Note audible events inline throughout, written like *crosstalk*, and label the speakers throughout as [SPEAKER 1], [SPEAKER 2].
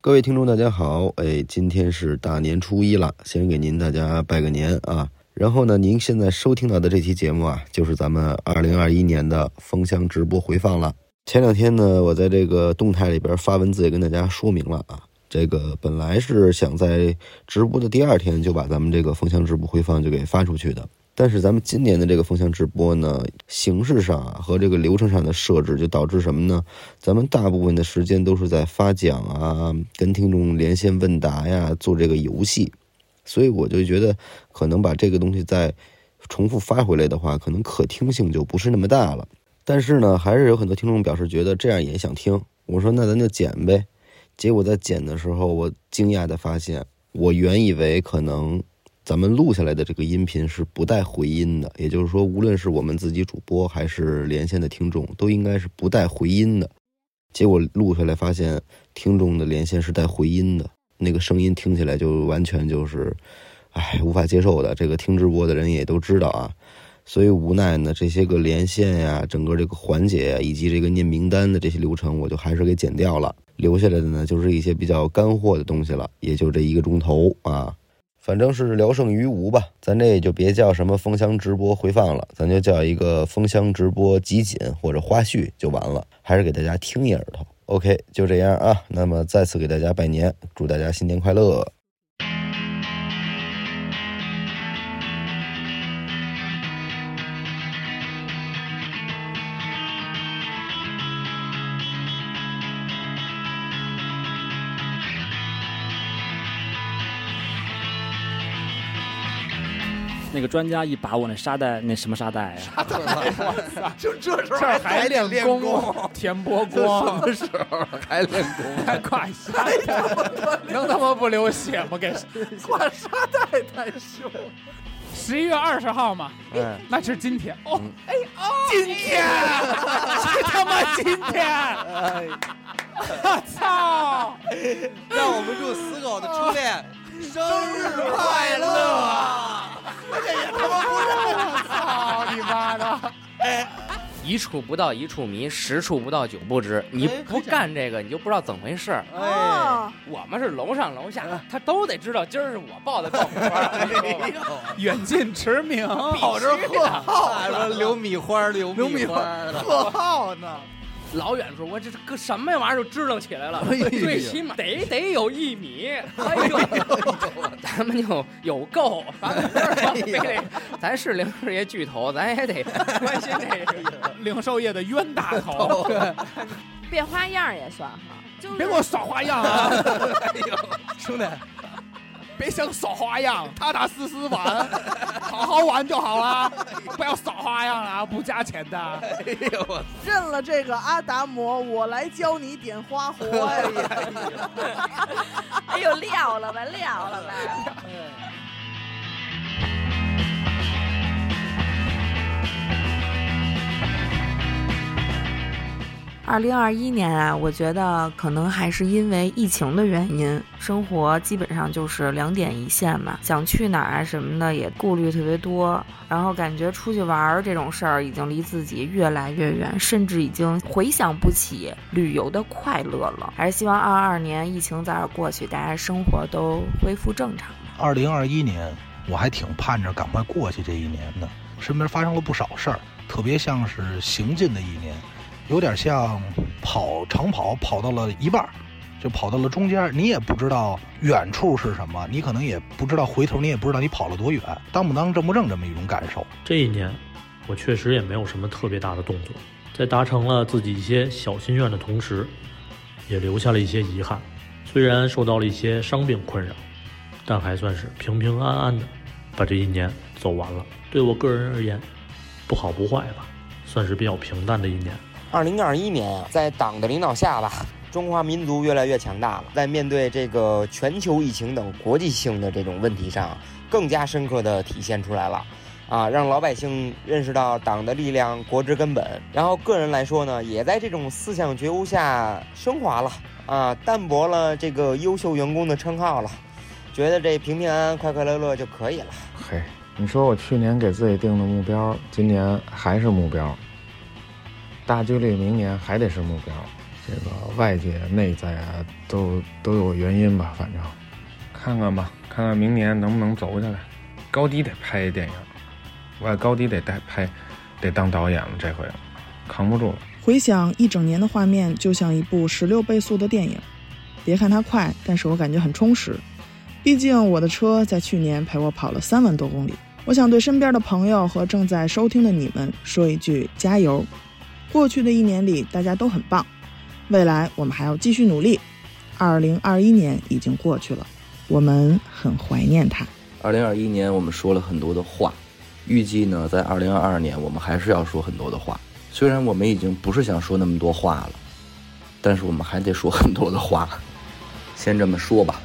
[SPEAKER 1] 各位听众，大家好！哎，今天是大年初一了，先给您大家拜个年啊。然后呢，您现在收听到的这期节目啊，就是咱们二零二一年的封箱直播回放了。前两天呢，我在这个动态里边发文字也跟大家说明了啊，这个本来是想在直播的第二天就把咱们这个封箱直播回放就给发出去的，但是咱们今年的这个封箱直播呢，形式上啊和这个流程上的设置，就导致什么呢？咱们大部分的时间都是在发奖啊，跟听众连线问答呀，做这个游戏，所以我就觉得可能把这个东西再重复发回来的话，可能可听性就不是那么大了。但是呢，还是有很多听众表示觉得这样也想听。我说那咱就剪呗。结果在剪的时候，我惊讶的发现，我原以为可能咱们录下来的这个音频是不带回音的，也就是说，无论是我们自己主播还是连线的听众，都应该是不带回音的。结果录下来发现，听众的连线是带回音的，那个声音听起来就完全就是，哎，无法接受的。这个听直播的人也都知道啊，所以无奈呢，这些个连线呀、整个这个环节呀、以及这个念名单的这些流程，我就还是给剪掉了，留下来的呢就是一些比较干货的东西了，也就这一个钟头啊。反正是聊胜于无吧，咱这也就别叫什么封箱直播回放了，咱就叫一个封箱直播集锦或者花絮就完了，还是给大家听一耳朵。OK，就这样啊。那么再次给大家拜年，祝大家新年快乐。
[SPEAKER 2] 那个专家一把我那沙袋，那什么沙袋啊呀、
[SPEAKER 3] 就这时候
[SPEAKER 4] 这儿还
[SPEAKER 3] 练
[SPEAKER 4] 练
[SPEAKER 3] 功，
[SPEAKER 4] 功，田伯
[SPEAKER 3] 这
[SPEAKER 4] 光
[SPEAKER 3] 什么时候还练功？
[SPEAKER 4] 还挂沙袋，能他妈不流血吗？给
[SPEAKER 3] 挂沙袋太凶了，
[SPEAKER 4] 十一月二十号嘛，那是今天哦，哎哦，今天是他妈今天，
[SPEAKER 5] 哎，
[SPEAKER 4] 我操！
[SPEAKER 5] 让我们祝死狗的初恋生日快
[SPEAKER 3] *laughs*
[SPEAKER 5] 啊乐！
[SPEAKER 4] 操你妈的！
[SPEAKER 6] 一处不到一处迷，十处不到九不知。你
[SPEAKER 4] 哎
[SPEAKER 6] 不干这个，你就不知道怎么回事儿。
[SPEAKER 5] 哎，
[SPEAKER 6] 我们是楼上楼下，他都得知道今儿是我报的豆腐花儿。
[SPEAKER 4] 哎
[SPEAKER 6] *laughs*
[SPEAKER 4] 远近驰名，
[SPEAKER 3] 跑这儿贺号
[SPEAKER 5] 还说留米花儿留
[SPEAKER 3] 刘米
[SPEAKER 5] 米花儿的，
[SPEAKER 3] 贺号呢？
[SPEAKER 6] 老远处，我这这个什么玩意儿就支棱起来了，
[SPEAKER 3] 哎呦
[SPEAKER 6] 最起码得得有一米。哎呦，咱们就有够，咱们不是说非得，咱是零食业巨头，咱也得关心这个。
[SPEAKER 4] 零售业的冤大头，
[SPEAKER 7] 变花样儿也算哈，就是
[SPEAKER 4] 别给我耍花样啊！
[SPEAKER 5] 兄弟，
[SPEAKER 4] 别想耍花样，踏踏实实玩，好好玩就好了，不要耍花样了啊，不加钱的。
[SPEAKER 8] 认了这个阿达摩，我来教你点花活呀！
[SPEAKER 7] *laughs* 哎呦撂了吧，撂了吧，
[SPEAKER 9] 二零二一年啊，我觉得可能还是因为疫情的原因，生活基本上就是两点一线嘛，想去哪儿啊什么的也顾虑特别多，然后感觉出去玩儿这种事儿已经离自己越来越远，甚至已经回想不起旅游的快乐了。还是希望二二年疫情早点过去，大家生活都恢复正常。
[SPEAKER 10] 二零二一年，我还挺盼着赶快过去这一年的。身边发生了不少事儿，特别像是行进的一年，有点像跑长跑，跑到了一半儿，就跑到了中间儿，你也不知道远处是什么，你可能也不知道回头，你也不知道你跑了多远，当不当正不正这么一种感受。
[SPEAKER 11] 这一年，我确实也没有什么特别大的动作，在达成了自己一些小心愿的同时，也留下了一些遗憾。虽然受到了一些伤病困扰，但还算是平平安安的把这一年走完了。对我个人而言，不好不坏吧，算是比较平淡的一年。
[SPEAKER 6] 二零二一年啊，在党的领导下吧，中华民族越来越强大了。在面对这个全球疫情等国际性的这种问题上，更加深刻地体现出来了。啊，让老百姓认识到党的力量、国之根本。然后个人来说呢，也在这种思想觉悟下升华了啊，淡薄了这个优秀员工的称号了，觉得这平平安安、快快乐乐就可以了。
[SPEAKER 12] 嘿，你说我去年给自己定的目标，今年还是目标，大几率明年还得是目标，这个外界、内在啊，都都有原因吧。反正
[SPEAKER 13] 看看吧，看看明年能不能走起来。高低得拍一电影，我高低得带拍，得当导演了，这回扛不住了。
[SPEAKER 14] 回想一整年的画面，就像一部十六倍速的电影。别看它快，但是我感觉很充实。毕竟我的车在去年陪我跑了三万多公里。我想对身边的朋友和正在收听的你们说一句加油！过去的一年里，大家都很棒，未来我们还要继续努力。二零二一年已经过去了，我们很怀念它。
[SPEAKER 15] 二零二一年我们说了很多的话，预计呢在二零二二年我们还是要说很多的话。虽然我们已经不是想说那么多话了，但是我们还得说很多的话，先这么说吧。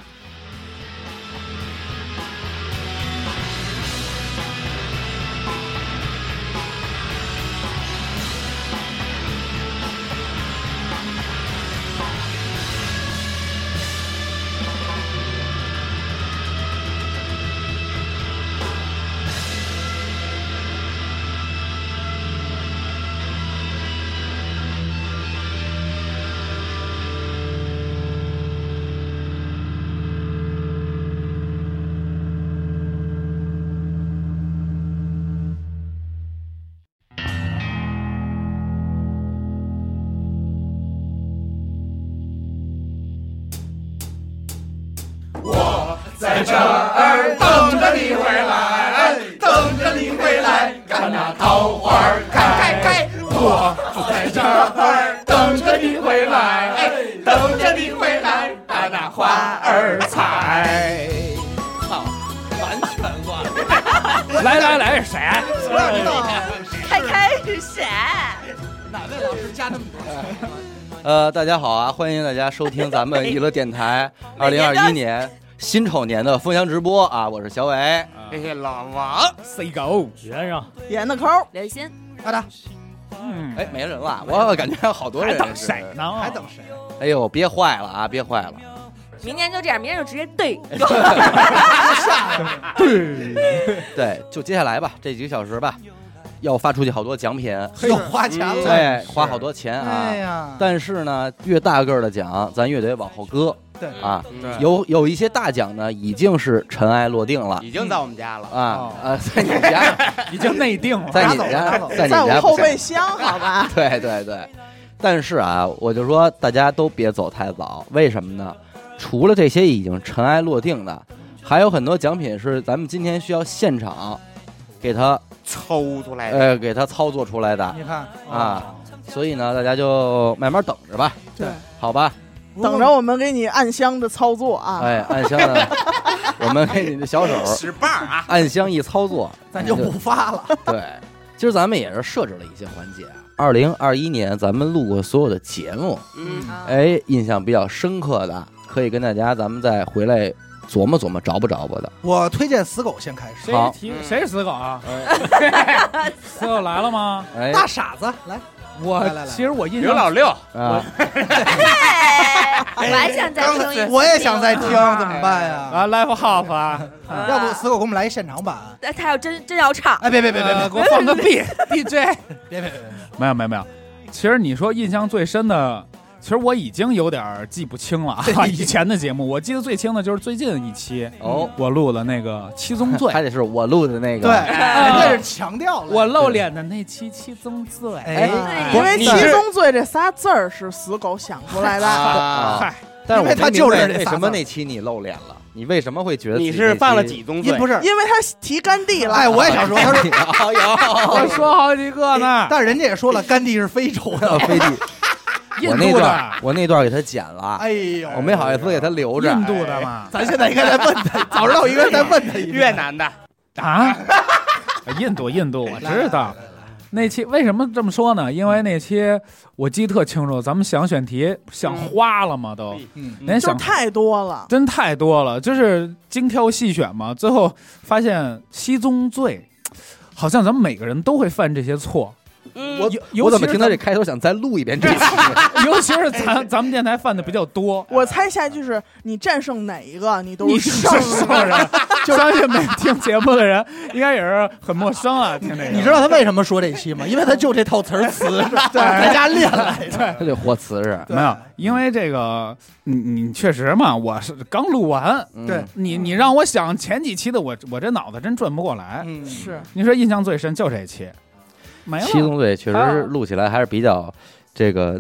[SPEAKER 3] 我在这儿等着你回来，等着你回来，看那桃花儿开开开。我在这儿等着你回来，哎等着你回来，把那花儿采。
[SPEAKER 16] 操，完全挂了。
[SPEAKER 4] 来来来，是谁？
[SPEAKER 9] 开开是谁？
[SPEAKER 16] 哪位老师加那么多？
[SPEAKER 5] 呃，大家好啊，欢迎大家收听咱们娱乐电
[SPEAKER 4] *laughs*
[SPEAKER 5] 台二零二一年辛丑年的风箱直播啊，我是小伟。
[SPEAKER 4] 嘿嘿，老王，C 狗，
[SPEAKER 5] 圆上，
[SPEAKER 8] 演的抠，
[SPEAKER 9] 刘雨欣，
[SPEAKER 16] 阿达，
[SPEAKER 4] 嗯，
[SPEAKER 5] 哎，没人了，我感觉还有好多人。
[SPEAKER 4] 还等谁哦呢？还等谁？
[SPEAKER 5] 哎呦，憋坏了啊，憋坏了！
[SPEAKER 9] 明年就这样，明年就直接
[SPEAKER 8] *laughs*
[SPEAKER 9] 对。
[SPEAKER 5] 对，就接下来吧，这几个小时吧，要发出去好多奖
[SPEAKER 4] *laughs*
[SPEAKER 5] 品，
[SPEAKER 4] 嘿要花钱了
[SPEAKER 5] 哎，
[SPEAKER 4] 是
[SPEAKER 5] 花好多钱啊！
[SPEAKER 4] 哎呀
[SPEAKER 5] 但是呢，越大个儿的奖，咱越得往后搁。
[SPEAKER 4] 对
[SPEAKER 5] 啊
[SPEAKER 4] 对，
[SPEAKER 5] 有有一些大奖呢，已经是尘埃落定了，
[SPEAKER 4] 已
[SPEAKER 16] 已经到我们家了
[SPEAKER 4] 哦
[SPEAKER 5] 啊呃，在你家，
[SPEAKER 4] 已经内定了，
[SPEAKER 10] 哎
[SPEAKER 5] 在你家，在你
[SPEAKER 8] 在
[SPEAKER 5] 家
[SPEAKER 8] 我后
[SPEAKER 5] 不
[SPEAKER 8] 备
[SPEAKER 5] 行。？
[SPEAKER 8] 箱，好吧
[SPEAKER 5] *laughs* 对对对，但是啊，我就说大家都别走太早，为什么呢？除了这些已经尘埃落定的，还有很多奖品是咱们今天需要现场给它
[SPEAKER 16] 抽出来的
[SPEAKER 5] 呃，给它操作出来的。
[SPEAKER 4] 哎你看
[SPEAKER 5] 啊，所以呢，大家就慢慢等着吧。
[SPEAKER 8] 对，
[SPEAKER 5] 好吧，
[SPEAKER 8] 等着我们给你暗箱的操作啊！
[SPEAKER 5] 哎，暗箱呢，
[SPEAKER 8] *laughs*
[SPEAKER 5] 我们给你的小手
[SPEAKER 16] 使棒啊，
[SPEAKER 5] 暗箱一操作，
[SPEAKER 4] 咱就不发了。
[SPEAKER 5] *laughs* 对，今儿咱们也是设置了一些环节啊。二零二一年咱们录过所有的节目，
[SPEAKER 16] 嗯，
[SPEAKER 5] 哎，印象比较深刻的，可以跟大家咱们再回来琢磨琢磨，着不着不的。
[SPEAKER 10] 我推荐死狗先开始。
[SPEAKER 5] 谁好提
[SPEAKER 4] 谁是死狗啊？死狗来了吗？
[SPEAKER 5] 哎
[SPEAKER 10] 大傻子来，
[SPEAKER 4] 我
[SPEAKER 10] 来来来
[SPEAKER 4] 其实我印象
[SPEAKER 10] 刘老
[SPEAKER 16] 六
[SPEAKER 5] 啊，
[SPEAKER 8] 哎
[SPEAKER 9] 我还想再听一次，
[SPEAKER 10] 我也想再听，怎么办哎呀？哎
[SPEAKER 4] 啊，Live House 啊，
[SPEAKER 10] 要不死狗给我们来一现场版？
[SPEAKER 9] 但他要真真要唱，
[SPEAKER 10] 哎，别别别别，
[SPEAKER 4] 呃给我放个屁
[SPEAKER 10] DJ，别别别别，
[SPEAKER 4] 没有没有没有，其实你说印象最深的，其实我已经有点儿记不清了啊。以前的节目，我记得最清的就是最近一期
[SPEAKER 10] 嗯
[SPEAKER 5] 哦，
[SPEAKER 4] 我录了那个七宗罪，
[SPEAKER 5] 还得是我录的那个。
[SPEAKER 4] 对
[SPEAKER 16] 哎
[SPEAKER 10] 人家哎是强调了
[SPEAKER 4] 我露脸的那期七宗罪，
[SPEAKER 8] 哎因为“七宗罪”这仨字儿是死狗想出
[SPEAKER 16] 哎
[SPEAKER 8] 来的。
[SPEAKER 5] 啊
[SPEAKER 4] 嗨
[SPEAKER 5] 但是
[SPEAKER 8] 因
[SPEAKER 5] 我
[SPEAKER 8] 为他
[SPEAKER 5] 不明
[SPEAKER 8] 就是
[SPEAKER 5] 白
[SPEAKER 8] 这
[SPEAKER 5] 为
[SPEAKER 8] 仨
[SPEAKER 5] 什么
[SPEAKER 8] 字儿
[SPEAKER 5] 那期你露脸了？你为什么会觉得
[SPEAKER 16] 你
[SPEAKER 5] 自己
[SPEAKER 16] 是
[SPEAKER 5] 那期哎
[SPEAKER 16] 犯了几宗罪因不是
[SPEAKER 8] 因为他提甘地了。
[SPEAKER 10] 哎，我也想说，他
[SPEAKER 5] *laughs*
[SPEAKER 10] 说 *laughs*
[SPEAKER 4] 我说好几个呢，
[SPEAKER 10] 但人家也说了，甘地是非洲的，
[SPEAKER 5] 非地，
[SPEAKER 10] 印
[SPEAKER 5] 我那
[SPEAKER 10] 度
[SPEAKER 5] 段
[SPEAKER 10] 的，
[SPEAKER 5] 我那段给他剪了，
[SPEAKER 10] 哎呦
[SPEAKER 5] 我没好意思给他留着。哎
[SPEAKER 4] 印度的哎嘛，
[SPEAKER 10] 咱现在应该再问他，早知道我应该再问他一遍。
[SPEAKER 16] 越南的，
[SPEAKER 4] 啊， *laughs* 印度印度，我知道。那期为什么这么说呢？因为那期我记得特清楚，咱们想选题想花了嘛，都，人家
[SPEAKER 8] 就
[SPEAKER 4] 想
[SPEAKER 8] 太多了，
[SPEAKER 4] 真太多了，就是精挑细选嘛。最后发现七宗罪，好像咱们每个人都会犯这些错，
[SPEAKER 9] 嗯
[SPEAKER 5] 我
[SPEAKER 4] 尤
[SPEAKER 5] *laughs*
[SPEAKER 4] 尤
[SPEAKER 5] 我怎么
[SPEAKER 4] 其是
[SPEAKER 5] 听到这
[SPEAKER 4] 咱们
[SPEAKER 5] 开头想再录一遍这期？
[SPEAKER 4] 尤其是咱咱们电台犯的比较多，
[SPEAKER 8] 我猜下一句是你战胜哪一个，你都
[SPEAKER 4] 你
[SPEAKER 8] 是
[SPEAKER 4] 是
[SPEAKER 8] 圣
[SPEAKER 4] 圣人。相信没听节目的人应该也是很陌生啊，听这个。
[SPEAKER 10] *laughs* 你知道他为什么说这期吗？因为他就这套词儿词，
[SPEAKER 5] *laughs*
[SPEAKER 10] 在家练来的。
[SPEAKER 5] 他得活瓷实，
[SPEAKER 4] 没有，因为这个你你确实嘛，我是刚录完，
[SPEAKER 10] 对
[SPEAKER 4] 你你让我想前几期的我我这脑子真转不过来。
[SPEAKER 10] 嗯，是
[SPEAKER 4] 你说印象最深就这期，
[SPEAKER 10] 哎
[SPEAKER 4] 没了。
[SPEAKER 5] 七宗罪确实
[SPEAKER 4] 啊
[SPEAKER 5] 是录起来还是比较这个，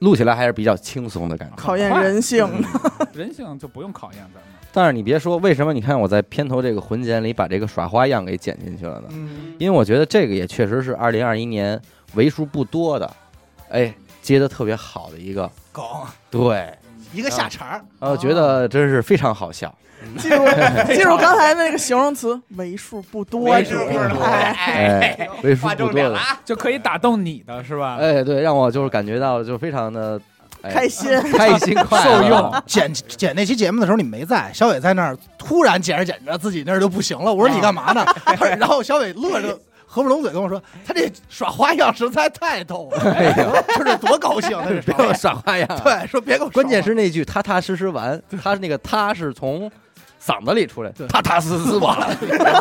[SPEAKER 5] 录起来还是比较轻松的感觉。
[SPEAKER 8] 考验人性，
[SPEAKER 4] 人性就不用考验咱们。
[SPEAKER 5] 但是你别说，为什么你看我在片头这个混剪里把这个耍花样给剪进去了呢？
[SPEAKER 10] 嗯
[SPEAKER 5] 因为我觉得这个也确实是二零二一年为数不多的，哎，接的特别好的一个
[SPEAKER 10] 梗，
[SPEAKER 5] 对，
[SPEAKER 10] 一
[SPEAKER 4] 啊
[SPEAKER 10] 个下茬儿。
[SPEAKER 5] 呃，觉得真是非常好笑。
[SPEAKER 8] 记住记住刚才那个形容词，为数不多，
[SPEAKER 4] 为数不多
[SPEAKER 5] 哎，为数不多的，
[SPEAKER 10] 啊
[SPEAKER 4] 就可以打动你的是吧？
[SPEAKER 5] 哎，对，让我就是感觉到就非常的、哎
[SPEAKER 10] 开心
[SPEAKER 5] 开心快乐。
[SPEAKER 10] *laughs* 剪剪那期节目的时候你没在，小伟在那儿突然剪着剪着自己那儿就不行了。我说你干嘛呢？
[SPEAKER 4] 啊
[SPEAKER 10] 他说然后小伟乐着合不拢嘴跟我说，他这耍花样实在太逗了，
[SPEAKER 5] 哎
[SPEAKER 10] *laughs*
[SPEAKER 5] 呀
[SPEAKER 10] 就是多高兴，他这
[SPEAKER 5] 别给
[SPEAKER 4] *laughs*
[SPEAKER 5] 我耍花样，
[SPEAKER 10] 对，说别给我耍花样。
[SPEAKER 5] *laughs* 关键是那句踏踏实实完，他那个他是从嗓子里出
[SPEAKER 8] *laughs*
[SPEAKER 5] 来，踏踏实实完了，
[SPEAKER 10] *laughs*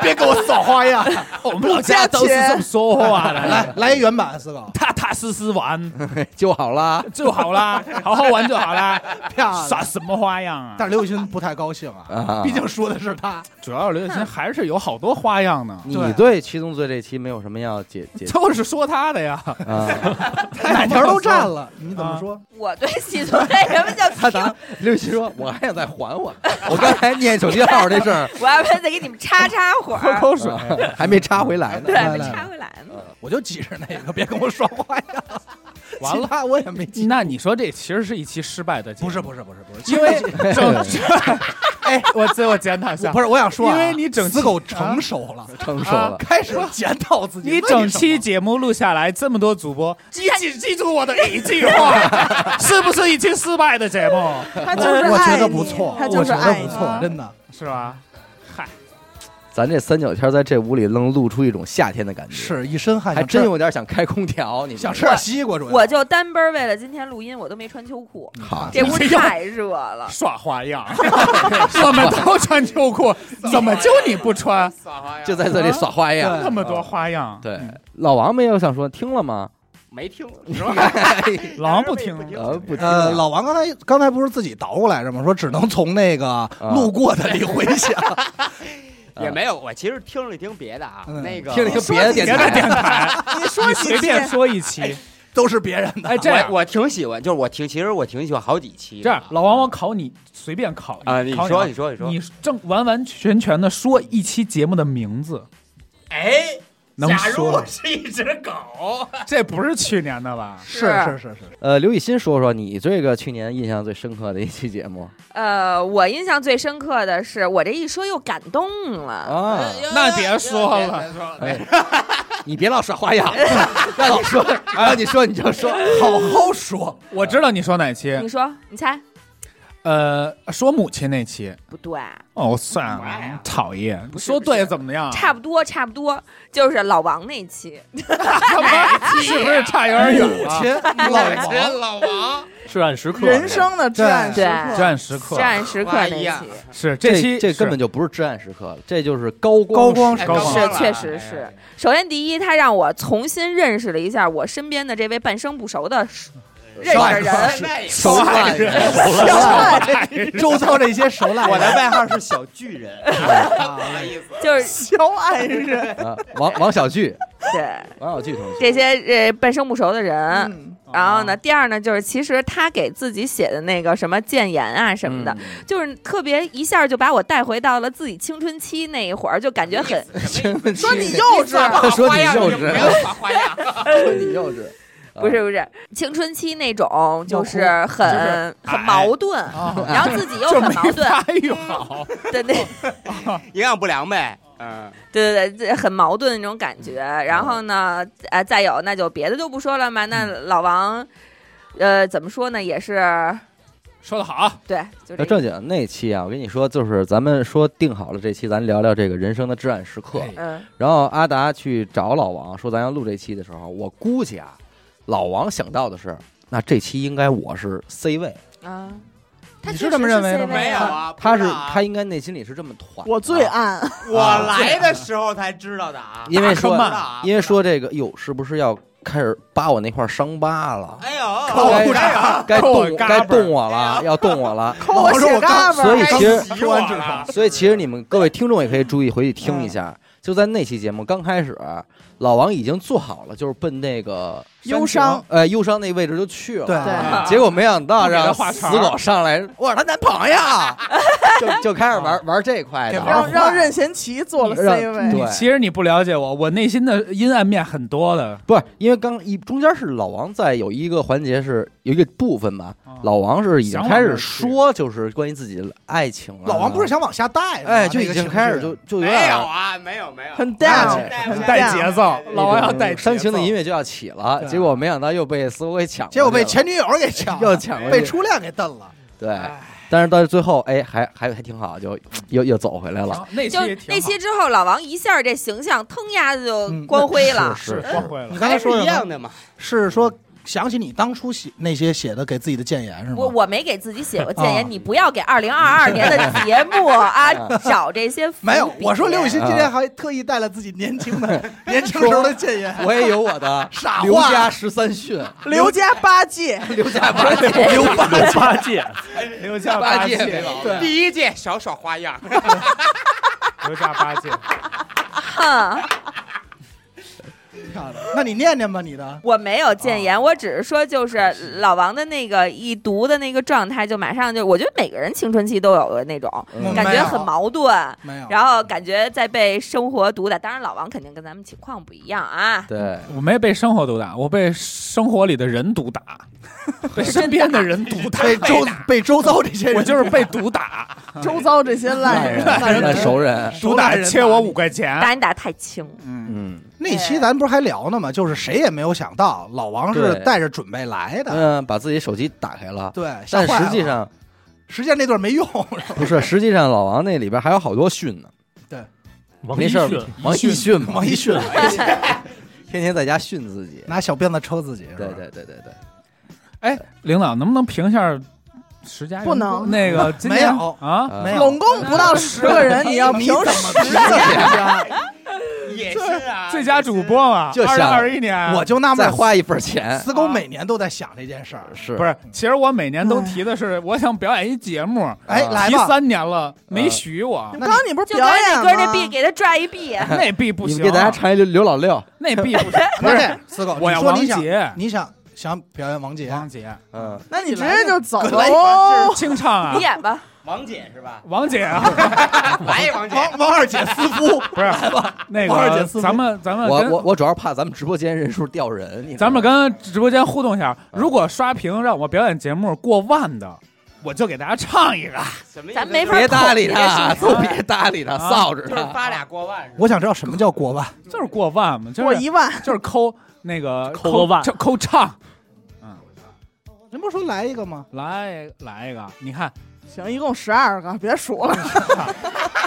[SPEAKER 10] 别给我耍花样，
[SPEAKER 4] *laughs* 我们老家都是这么说话的
[SPEAKER 10] 来来一原版思考，
[SPEAKER 4] 踏踏实实玩
[SPEAKER 5] *laughs* 就好啦，
[SPEAKER 4] 就
[SPEAKER 10] *laughs*
[SPEAKER 4] 好啦，好好玩就好啦，
[SPEAKER 10] 漂亮
[SPEAKER 4] 耍什么花样啊？
[SPEAKER 10] 但是刘雨欣不太高兴啊
[SPEAKER 5] 啊，
[SPEAKER 10] 毕竟说的是他。
[SPEAKER 4] 主要是刘雨欣还是有好多
[SPEAKER 10] *laughs*
[SPEAKER 4] 花样呢。
[SPEAKER 5] 你对七宗罪这期没有什么要解解
[SPEAKER 4] 就是说他的呀，
[SPEAKER 5] 啊？
[SPEAKER 10] 哪 *laughs* 条都占了，你怎么说？
[SPEAKER 9] 我对喜剧这什么叫
[SPEAKER 5] 他答刘雨欣说：“我还想再缓缓，我刚才念手机号这事儿
[SPEAKER 9] 我要不然得给你们插插火儿，
[SPEAKER 5] 喝口水啊还没插回来呢
[SPEAKER 9] *laughs* 对，
[SPEAKER 5] 来
[SPEAKER 9] 没
[SPEAKER 5] 来
[SPEAKER 9] 插回来呢。
[SPEAKER 10] 我就记着那个，别跟我耍花样。
[SPEAKER 4] 完了
[SPEAKER 10] 其他我也没记。
[SPEAKER 4] 那你说这其实是一期失败的节目？不是
[SPEAKER 10] 不是不是不是
[SPEAKER 4] 因为
[SPEAKER 10] 其实
[SPEAKER 4] 整
[SPEAKER 10] *laughs*
[SPEAKER 4] *laughs* 哎，我自我检讨一下，
[SPEAKER 10] 不是，我想说啊，
[SPEAKER 4] 因为你整期
[SPEAKER 10] 死狗成熟了，
[SPEAKER 5] 成
[SPEAKER 4] 熟
[SPEAKER 8] 啊
[SPEAKER 4] 了
[SPEAKER 10] 啊开始检讨自己。
[SPEAKER 4] 你整期节目录下来，这么多主播，
[SPEAKER 10] 你记记住我的 *laughs*
[SPEAKER 4] 一句话，是不是一期失败的节目？
[SPEAKER 8] 他就是
[SPEAKER 10] 我觉
[SPEAKER 8] 爱
[SPEAKER 10] 得
[SPEAKER 8] 你
[SPEAKER 10] 不错，
[SPEAKER 8] 他
[SPEAKER 10] 我
[SPEAKER 8] 就是
[SPEAKER 10] 觉得
[SPEAKER 8] 爱
[SPEAKER 10] 不
[SPEAKER 8] 你
[SPEAKER 10] 错， *laughs* 真的。
[SPEAKER 4] 是吧？嗨，
[SPEAKER 5] 咱这三九天在这屋里能露出一种夏天的感觉，
[SPEAKER 10] 是一身汗，
[SPEAKER 5] 还
[SPEAKER 10] 想吃
[SPEAKER 5] 真有点想开空调。你们
[SPEAKER 10] 想吃
[SPEAKER 8] 啊
[SPEAKER 10] 点西瓜，主要
[SPEAKER 9] 我就单奔儿为了今天录音，我都没穿秋裤，
[SPEAKER 5] 好
[SPEAKER 9] 这屋太热了。
[SPEAKER 4] 耍花样，我们都穿秋裤，怎么就你不穿？
[SPEAKER 5] 就在这里耍花样
[SPEAKER 4] 啊那么多花样，
[SPEAKER 5] 对，老王没有想说听了吗？
[SPEAKER 6] 没听，
[SPEAKER 4] 老王不听，
[SPEAKER 5] 呃，不听
[SPEAKER 10] 呃，
[SPEAKER 5] 了。
[SPEAKER 10] 老王刚才刚才不是自己倒过来着吗？说只能从那个
[SPEAKER 4] 啊
[SPEAKER 10] 路过的里回想。 *laughs*
[SPEAKER 6] 也没有。我其实听了一听别的啊，
[SPEAKER 10] 嗯
[SPEAKER 6] 那个
[SPEAKER 5] 听了一个别的电台， *laughs*
[SPEAKER 8] 你说
[SPEAKER 4] 你
[SPEAKER 8] 几
[SPEAKER 4] 随便
[SPEAKER 8] 遍
[SPEAKER 4] 说一哎期。
[SPEAKER 10] 都是别人的。
[SPEAKER 4] 哎，这样
[SPEAKER 6] 我我挺喜欢，就是我挺其实我挺喜欢好几期的。
[SPEAKER 4] 这样，老王，我考你，随便考
[SPEAKER 6] 啊你
[SPEAKER 4] 考
[SPEAKER 6] 说
[SPEAKER 4] 啊
[SPEAKER 6] 你说你说
[SPEAKER 4] 你正完完全全的说一期节目的名字，
[SPEAKER 6] 哎，
[SPEAKER 4] 能
[SPEAKER 6] 假如
[SPEAKER 4] 说
[SPEAKER 6] 我
[SPEAKER 4] 吗？
[SPEAKER 6] 是一只狗，
[SPEAKER 4] 这不是去年的吧？
[SPEAKER 10] 是是是是，
[SPEAKER 5] 呃，刘雨欣说说你这个去年印象最深刻的一期节目
[SPEAKER 9] 呃，我印象最深刻的是，我这一说又感动了。
[SPEAKER 5] 啊，
[SPEAKER 4] 那别说了，
[SPEAKER 5] 你别老耍花样，让你说，让你说你就说，
[SPEAKER 10] 好好说，
[SPEAKER 4] 我知道你说哪期
[SPEAKER 9] 你，说，你猜
[SPEAKER 4] 呃，说母亲那期。
[SPEAKER 9] 不对，
[SPEAKER 4] 哦，算了，讨厌，说对怎么
[SPEAKER 8] 啊
[SPEAKER 4] 样？
[SPEAKER 9] 差不多，差不多，就是老王那期。
[SPEAKER 4] 是不是差有点远
[SPEAKER 5] 啊
[SPEAKER 4] 了？
[SPEAKER 10] 亲老王
[SPEAKER 6] 老王，
[SPEAKER 11] 至暗时刻，
[SPEAKER 8] 人生的至暗时
[SPEAKER 9] 对，
[SPEAKER 8] 刻，
[SPEAKER 4] 至暗时刻
[SPEAKER 9] 至暗时刻
[SPEAKER 6] 哎
[SPEAKER 9] 那
[SPEAKER 6] 呀
[SPEAKER 9] 期，
[SPEAKER 4] 是
[SPEAKER 5] 这
[SPEAKER 4] 期
[SPEAKER 5] 这
[SPEAKER 4] 这
[SPEAKER 5] 根本就不是至暗时刻了，这就是高
[SPEAKER 10] 高
[SPEAKER 5] 光
[SPEAKER 10] 光
[SPEAKER 5] 时
[SPEAKER 10] 时
[SPEAKER 5] 刻
[SPEAKER 10] 刻
[SPEAKER 4] 高
[SPEAKER 9] 是
[SPEAKER 4] 光，
[SPEAKER 9] 确实是。首先，第一，他让我重新认识了一下我身边的这位半生不熟的认识的人。
[SPEAKER 5] 手烂人，
[SPEAKER 10] 周遭这些熟烂人，
[SPEAKER 16] 我的外号是小巨人，
[SPEAKER 9] 就是
[SPEAKER 8] 小矮人，
[SPEAKER 5] 啊王王小聚，
[SPEAKER 9] 对
[SPEAKER 5] 王小聚同学，
[SPEAKER 9] 这些呃半生不熟的人。
[SPEAKER 8] 嗯
[SPEAKER 9] 然后呢，第二呢，就是其实他给自己写的那个什么谏言啊什么的，就是特别一下就把我带回到了自己青春期那一会儿，就感觉很
[SPEAKER 8] 说你幼稚，
[SPEAKER 9] 啊
[SPEAKER 5] 他 *laughs* 说你幼稚，啊
[SPEAKER 6] 耍花样，
[SPEAKER 5] 说你幼稚，
[SPEAKER 9] 不是不是青春期那种，就是很
[SPEAKER 4] 就是
[SPEAKER 9] 很矛盾， *laughs* 然后自己又
[SPEAKER 4] 就
[SPEAKER 9] 很
[SPEAKER 4] 没
[SPEAKER 9] 矛盾
[SPEAKER 4] 发育好，
[SPEAKER 9] *laughs* 对对
[SPEAKER 6] 营养不良呗。嗯，
[SPEAKER 9] 对对对，这很矛盾的那种感觉。然后呢，呃，再有那就别的就不说了嘛。那老王，呃，怎么说呢，也是
[SPEAKER 4] 说的好，
[SPEAKER 9] 对，就
[SPEAKER 5] 要正经那期啊，我跟你说，就是咱们说定好了这期，咱聊聊这个人生的至暗时刻。
[SPEAKER 9] 嗯，
[SPEAKER 5] 然后阿达去找老王说咱要录这期的时候，我估计啊，老王想到的是，那这期应该我是 C 位，
[SPEAKER 9] 啊，
[SPEAKER 10] 你是这么认为的吗？
[SPEAKER 16] 没有啊，
[SPEAKER 5] *laughs* 他是他应该内心里是这么团。
[SPEAKER 8] 我最暗，
[SPEAKER 16] 我来的时候才知道的啊，
[SPEAKER 5] 因为说
[SPEAKER 16] 大坑啊，
[SPEAKER 5] 因为说这个，哟，是不是要开始扒我那块伤疤了？
[SPEAKER 16] 哎呦，
[SPEAKER 5] 该
[SPEAKER 16] 我来啊
[SPEAKER 5] 该
[SPEAKER 16] 我
[SPEAKER 5] 动
[SPEAKER 16] 嘎
[SPEAKER 5] 该
[SPEAKER 16] 巴
[SPEAKER 5] 动我了，要动我了。
[SPEAKER 8] 抠我血嘎巴儿，
[SPEAKER 5] 所以其
[SPEAKER 8] 哎
[SPEAKER 5] 实，所以其实你们各位听众也可以注意回去听一下。
[SPEAKER 8] 嗯
[SPEAKER 5] 就在那期节目刚开始，老王已经做好了，就是奔那个
[SPEAKER 8] 忧伤，
[SPEAKER 5] 呃，忧伤那位置就去了。啊
[SPEAKER 8] 对对
[SPEAKER 5] 结果没想到
[SPEAKER 8] 不给他
[SPEAKER 5] 让
[SPEAKER 8] 话茬儿
[SPEAKER 5] 死狗上来，我是他男
[SPEAKER 8] *laughs*
[SPEAKER 5] 朋友，就就开始
[SPEAKER 8] 啊
[SPEAKER 5] 玩玩这块的。啊
[SPEAKER 8] 让让任贤齐做了 C
[SPEAKER 4] 你
[SPEAKER 8] 位，
[SPEAKER 4] 其实你不了解我，我内心的阴暗面很多的。
[SPEAKER 5] 不是，因为刚一中间是老王在有一个环节是有一个部分吧，
[SPEAKER 4] 啊
[SPEAKER 5] 老王是已经开始说就是关于自己的爱情了。啊
[SPEAKER 10] 老王不是想往下带吗，
[SPEAKER 5] 哎，就
[SPEAKER 10] 那
[SPEAKER 5] 已
[SPEAKER 10] 个
[SPEAKER 5] 经
[SPEAKER 10] 情
[SPEAKER 5] 开始
[SPEAKER 10] 绪
[SPEAKER 5] 就就有
[SPEAKER 16] 没
[SPEAKER 5] 点
[SPEAKER 16] 有
[SPEAKER 5] 儿
[SPEAKER 16] 啊，没有没有，
[SPEAKER 8] 很 down，
[SPEAKER 16] 很
[SPEAKER 4] 带节奏老王要带节奏啊
[SPEAKER 5] 煽情的音乐就要起了，
[SPEAKER 10] 对
[SPEAKER 5] 结果没想到又被死狗给抢过去
[SPEAKER 10] 结
[SPEAKER 5] 了，
[SPEAKER 10] 果被前女友给
[SPEAKER 5] *laughs*
[SPEAKER 10] 抢了，
[SPEAKER 5] 又抢过去
[SPEAKER 10] 被初恋给蹬了。
[SPEAKER 5] 对。但是到最后，哎，还还还挺好，就又又走回来了。
[SPEAKER 4] 那
[SPEAKER 9] 就那期之后，老王一下这形象腾呀就光辉了，
[SPEAKER 5] 是
[SPEAKER 10] 是
[SPEAKER 4] 光辉了
[SPEAKER 10] 你刚才说
[SPEAKER 16] 还是
[SPEAKER 10] 什么
[SPEAKER 16] 一样的嘛，
[SPEAKER 10] 是说想起你当初写那些写的给自己的谏言是吗？
[SPEAKER 9] 我我没给自己写过
[SPEAKER 10] 嗯
[SPEAKER 9] 建
[SPEAKER 10] 啊
[SPEAKER 9] 言，你不要给二零二二
[SPEAKER 10] *laughs*
[SPEAKER 9] 年的节目啊找这些伏笔
[SPEAKER 10] 没有，啊我说刘雨欣今天还特意带了自己年轻 *laughs* 的年轻时候的谏言。
[SPEAKER 5] 我也有我的
[SPEAKER 10] *laughs* 傻话
[SPEAKER 5] 刘家十三
[SPEAKER 10] *laughs*
[SPEAKER 5] 训，
[SPEAKER 8] 刘家八戒，
[SPEAKER 5] 刘家八戒，刘
[SPEAKER 2] 有八戒，
[SPEAKER 4] 刘家
[SPEAKER 5] 八戒
[SPEAKER 4] 戒，
[SPEAKER 5] 没毛病
[SPEAKER 16] 第一届少耍花样，
[SPEAKER 4] 刘家八戒，
[SPEAKER 9] 哼
[SPEAKER 10] 那你念念吧，你的
[SPEAKER 9] 我没有谏言，我只是说
[SPEAKER 10] 啊
[SPEAKER 9] 就是老王的那个一读的那个状态，就马上就，我觉得每个人青春期都有的那种
[SPEAKER 10] 嗯
[SPEAKER 9] 感
[SPEAKER 10] 没
[SPEAKER 9] 觉，
[SPEAKER 10] 有
[SPEAKER 9] 很矛盾，
[SPEAKER 10] 没有
[SPEAKER 9] 然后感觉在被生活毒打。当然，老王肯定跟咱们情况不一样啊。
[SPEAKER 5] 对，
[SPEAKER 4] 我没被生活毒打，我被生活里的人毒打，被身边的人毒打，
[SPEAKER 10] 被
[SPEAKER 4] *laughs*
[SPEAKER 10] 周被周遭这些人，
[SPEAKER 4] 我就是被毒打，
[SPEAKER 8] 周遭这些烂人，烂人
[SPEAKER 5] 那熟人，
[SPEAKER 4] *laughs* 毒打切我五块
[SPEAKER 10] 啊
[SPEAKER 4] 钱，
[SPEAKER 9] 打你打太轻，
[SPEAKER 5] 嗯
[SPEAKER 10] 那期咱不是还聊呢吗？就是谁也没有想到老王是
[SPEAKER 5] 对
[SPEAKER 10] 带着准备来的，
[SPEAKER 5] 嗯，把自己手机打开了，
[SPEAKER 10] 对，吓
[SPEAKER 5] 但
[SPEAKER 10] 坏了
[SPEAKER 5] 实际上
[SPEAKER 10] 实际上那段 *laughs* 没用，是吧
[SPEAKER 5] 不是，实际上老王那里边还有好多训呢。
[SPEAKER 10] 对，
[SPEAKER 11] 王
[SPEAKER 5] 没
[SPEAKER 11] 一
[SPEAKER 5] 事儿
[SPEAKER 11] 迅，
[SPEAKER 5] 王一迅嘛，
[SPEAKER 10] 哦 *laughs* 王一迅
[SPEAKER 5] 天天在家训自己。
[SPEAKER 10] 拿小鞭子抽自己，是吧
[SPEAKER 5] 对对对对对，
[SPEAKER 4] 哎，领导能不能评一下石家？
[SPEAKER 8] 不能
[SPEAKER 4] 那个今
[SPEAKER 10] 没
[SPEAKER 4] 天
[SPEAKER 10] 有
[SPEAKER 4] 啊，
[SPEAKER 5] 没有
[SPEAKER 8] 拢共不到十个
[SPEAKER 10] *laughs*
[SPEAKER 8] 人，你要
[SPEAKER 10] 你
[SPEAKER 8] 凭
[SPEAKER 10] 怎么
[SPEAKER 8] 什么？
[SPEAKER 10] 评价呀？
[SPEAKER 16] 也是啊，
[SPEAKER 4] 最佳主播嘛，
[SPEAKER 5] 就
[SPEAKER 4] 二零
[SPEAKER 5] 想
[SPEAKER 4] 二一年，
[SPEAKER 10] 我就纳闷
[SPEAKER 5] 再
[SPEAKER 10] 儿，
[SPEAKER 5] 花一份钱
[SPEAKER 10] 死狗每年都在想这件事儿。
[SPEAKER 5] 是
[SPEAKER 4] 不是？其实我每年都提的是，我想表演一节目，
[SPEAKER 10] 哎，来
[SPEAKER 4] 提
[SPEAKER 10] 吧，
[SPEAKER 4] 三年了，没
[SPEAKER 5] 呃
[SPEAKER 4] 许我，
[SPEAKER 8] 刚刚你不是
[SPEAKER 9] 就
[SPEAKER 8] 表
[SPEAKER 9] 刚才
[SPEAKER 8] 演
[SPEAKER 9] 那
[SPEAKER 8] 吗
[SPEAKER 9] 哥？那币给他拽一币，
[SPEAKER 4] 那必不
[SPEAKER 5] 你
[SPEAKER 4] 行，啊
[SPEAKER 5] 们给大家唱一刘刘老六，
[SPEAKER 4] 那必不行，
[SPEAKER 10] 不是这样死狗，哦
[SPEAKER 4] 我
[SPEAKER 10] 你
[SPEAKER 4] 要
[SPEAKER 10] 说
[SPEAKER 4] 王
[SPEAKER 10] 你想，
[SPEAKER 4] 杰，
[SPEAKER 10] 你想想表演王杰，
[SPEAKER 4] 王杰，
[SPEAKER 5] 嗯，
[SPEAKER 8] 那你直接就走
[SPEAKER 10] 葛
[SPEAKER 8] 了
[SPEAKER 10] 雷
[SPEAKER 8] 哦。
[SPEAKER 4] 清唱啊
[SPEAKER 9] *laughs* 你，演
[SPEAKER 10] *laughs*
[SPEAKER 9] 吧。
[SPEAKER 16] 王姐是吧？
[SPEAKER 4] 王姐啊，
[SPEAKER 16] *laughs* 来王姐，
[SPEAKER 10] 王王二姐私夫，
[SPEAKER 4] 不是那
[SPEAKER 10] 王二姐
[SPEAKER 4] 个，
[SPEAKER 10] 私
[SPEAKER 4] 咱们咱们
[SPEAKER 5] 我
[SPEAKER 4] 跟
[SPEAKER 5] 我我主要是怕咱们直播间人数掉人，你知道
[SPEAKER 4] 咱
[SPEAKER 5] 吗
[SPEAKER 4] 们跟直播间互动一下，如果刷屏让我表演节目过万的，我就给大家唱一个。
[SPEAKER 16] 什么意思
[SPEAKER 9] 咱没法
[SPEAKER 5] 别搭理
[SPEAKER 9] 捅
[SPEAKER 5] 他，
[SPEAKER 9] 你这
[SPEAKER 5] 就别搭理他，
[SPEAKER 4] 啊
[SPEAKER 5] 臊着
[SPEAKER 16] 就是
[SPEAKER 5] 他。
[SPEAKER 16] 发俩过万是吧？
[SPEAKER 10] 我想知道什么叫国万，
[SPEAKER 4] 就是过万嘛，就
[SPEAKER 8] 我
[SPEAKER 4] 是
[SPEAKER 8] 一万，
[SPEAKER 4] 就是抠那个
[SPEAKER 2] 抠个万
[SPEAKER 4] 就抠唱，
[SPEAKER 10] 人不是说来一个吗？
[SPEAKER 4] 来来一个，你看，
[SPEAKER 8] 行，一共十二个，别数了。
[SPEAKER 4] *laughs*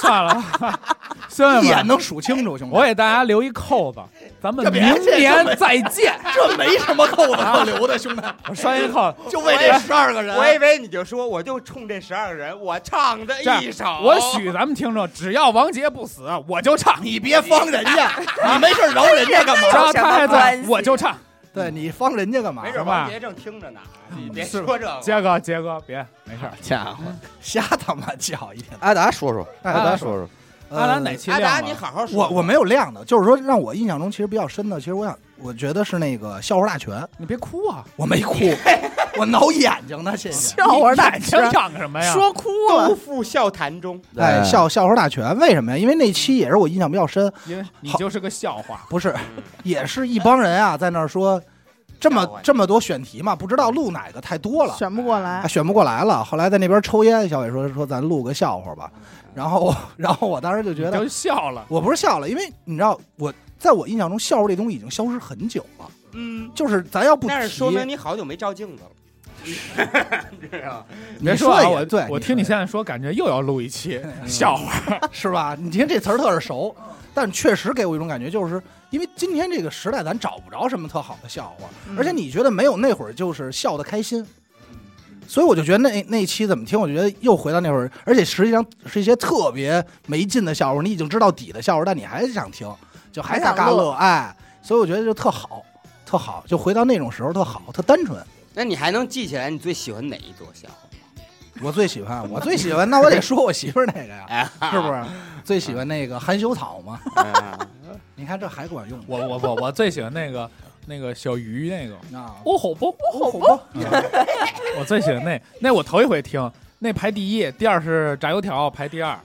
[SPEAKER 4] 算了吧，兄
[SPEAKER 10] 一
[SPEAKER 4] 弟
[SPEAKER 10] 眼
[SPEAKER 4] 们，
[SPEAKER 10] 能数清楚，兄弟。
[SPEAKER 4] 我给大家留一扣子，咱们
[SPEAKER 10] 这
[SPEAKER 4] 明
[SPEAKER 10] 别
[SPEAKER 4] 年再见。
[SPEAKER 10] 这没什么扣子可留的，兄弟，
[SPEAKER 4] 我拴一扣，
[SPEAKER 10] *laughs* 就为这十二个人。
[SPEAKER 16] 我以为你就说，我就冲这十二个人，我唱的
[SPEAKER 4] 这样
[SPEAKER 16] 一首，
[SPEAKER 4] 我许咱们听众，只要王杰不死，我就唱。
[SPEAKER 10] 你别方人家，
[SPEAKER 4] *laughs*
[SPEAKER 10] 你没事饶人家干
[SPEAKER 4] 只
[SPEAKER 10] 嘛？
[SPEAKER 4] 要他还
[SPEAKER 9] 有什么关
[SPEAKER 4] 在，
[SPEAKER 9] 系
[SPEAKER 4] 我就唱。
[SPEAKER 10] 对你方人家干嘛
[SPEAKER 16] 没？准王杰正听着呢，你别
[SPEAKER 4] 嗯是
[SPEAKER 16] 说这个，
[SPEAKER 4] 杰哥，杰哥，别没事儿。
[SPEAKER 5] 家伙，
[SPEAKER 10] 瞎他妈叫一天。
[SPEAKER 5] 阿达说说，
[SPEAKER 10] 哎
[SPEAKER 5] 阿达说说，
[SPEAKER 4] 阿兰
[SPEAKER 10] 呃
[SPEAKER 4] 哪期
[SPEAKER 16] 阿
[SPEAKER 4] 亮了？
[SPEAKER 16] 达你好好说，
[SPEAKER 10] 我我没有亮的，就是说让我印象中其实比较深的，其实我想我觉得是那个笑话大全，
[SPEAKER 4] 你别
[SPEAKER 10] *laughs*
[SPEAKER 4] 哭啊！
[SPEAKER 10] 我没哭，我挠眼睛呢，谢
[SPEAKER 8] *laughs*
[SPEAKER 10] 谢。
[SPEAKER 8] 笑话大
[SPEAKER 4] 你
[SPEAKER 8] 全
[SPEAKER 4] 想唱什么呀？
[SPEAKER 8] 说哭
[SPEAKER 16] 都
[SPEAKER 8] 了，
[SPEAKER 16] 付笑谈中，
[SPEAKER 10] 哎，笑笑话大全为什么呀？因为那期也是我印象比较深，
[SPEAKER 4] 因为你就是个笑话。
[SPEAKER 10] 不是，也是一帮人啊在那儿说，这
[SPEAKER 16] 笑话
[SPEAKER 10] 么这么多选题嘛，不知道录哪个太多了，
[SPEAKER 8] 选不过
[SPEAKER 10] 啊，
[SPEAKER 8] 来。
[SPEAKER 10] 选不过来了。后来在那边抽烟，小伟说说咱录个笑话吧，然后 *laughs* 然后我当时就觉
[SPEAKER 4] 你
[SPEAKER 10] 得
[SPEAKER 4] 就笑了。
[SPEAKER 10] 我不是笑了，因为你知道我在我印象中笑话这东西已经消失很久了，
[SPEAKER 16] 嗯，
[SPEAKER 10] 就是咱要不
[SPEAKER 16] 那是
[SPEAKER 10] 提
[SPEAKER 16] 说明你好久没照镜子了，
[SPEAKER 4] 别
[SPEAKER 10] 你
[SPEAKER 4] 说
[SPEAKER 10] 说
[SPEAKER 4] 啊，
[SPEAKER 10] 也
[SPEAKER 4] 我
[SPEAKER 10] 对
[SPEAKER 4] 我听你现在说，感觉又要录一期笑话。
[SPEAKER 10] 是吧？你听这词儿特耳熟，但确实给我一种感觉，就是因为今天这个时代，咱找不着什么特好的笑话，
[SPEAKER 6] 嗯
[SPEAKER 10] 而且你觉得没有那会儿就是笑的开心，所以我就觉得那那期怎么听，我觉得又回到那会儿，而且实际上是一些特别没劲的笑话，你已经知道底的笑话，但你还是想听，就还嘎嘎
[SPEAKER 6] 还想乐
[SPEAKER 10] 哎，所以我觉得就特好，特好，就回到那种时候特好，特单纯。
[SPEAKER 6] 那你还能记起来你最喜欢哪一座笑话？
[SPEAKER 10] 我最喜欢，我最喜欢，那我得说我媳妇儿那
[SPEAKER 8] *laughs*
[SPEAKER 10] 个呀，
[SPEAKER 6] 哎，
[SPEAKER 10] 是不是？最喜欢那个含羞草嘛？
[SPEAKER 8] 哎
[SPEAKER 10] 你看这还管用。
[SPEAKER 4] 我我我我最喜欢那个那个小鱼那个
[SPEAKER 10] 啊，
[SPEAKER 4] 哦吼不，哦吼不，我最喜欢那那我头一回听，那排第一，第二是炸油条，排第二。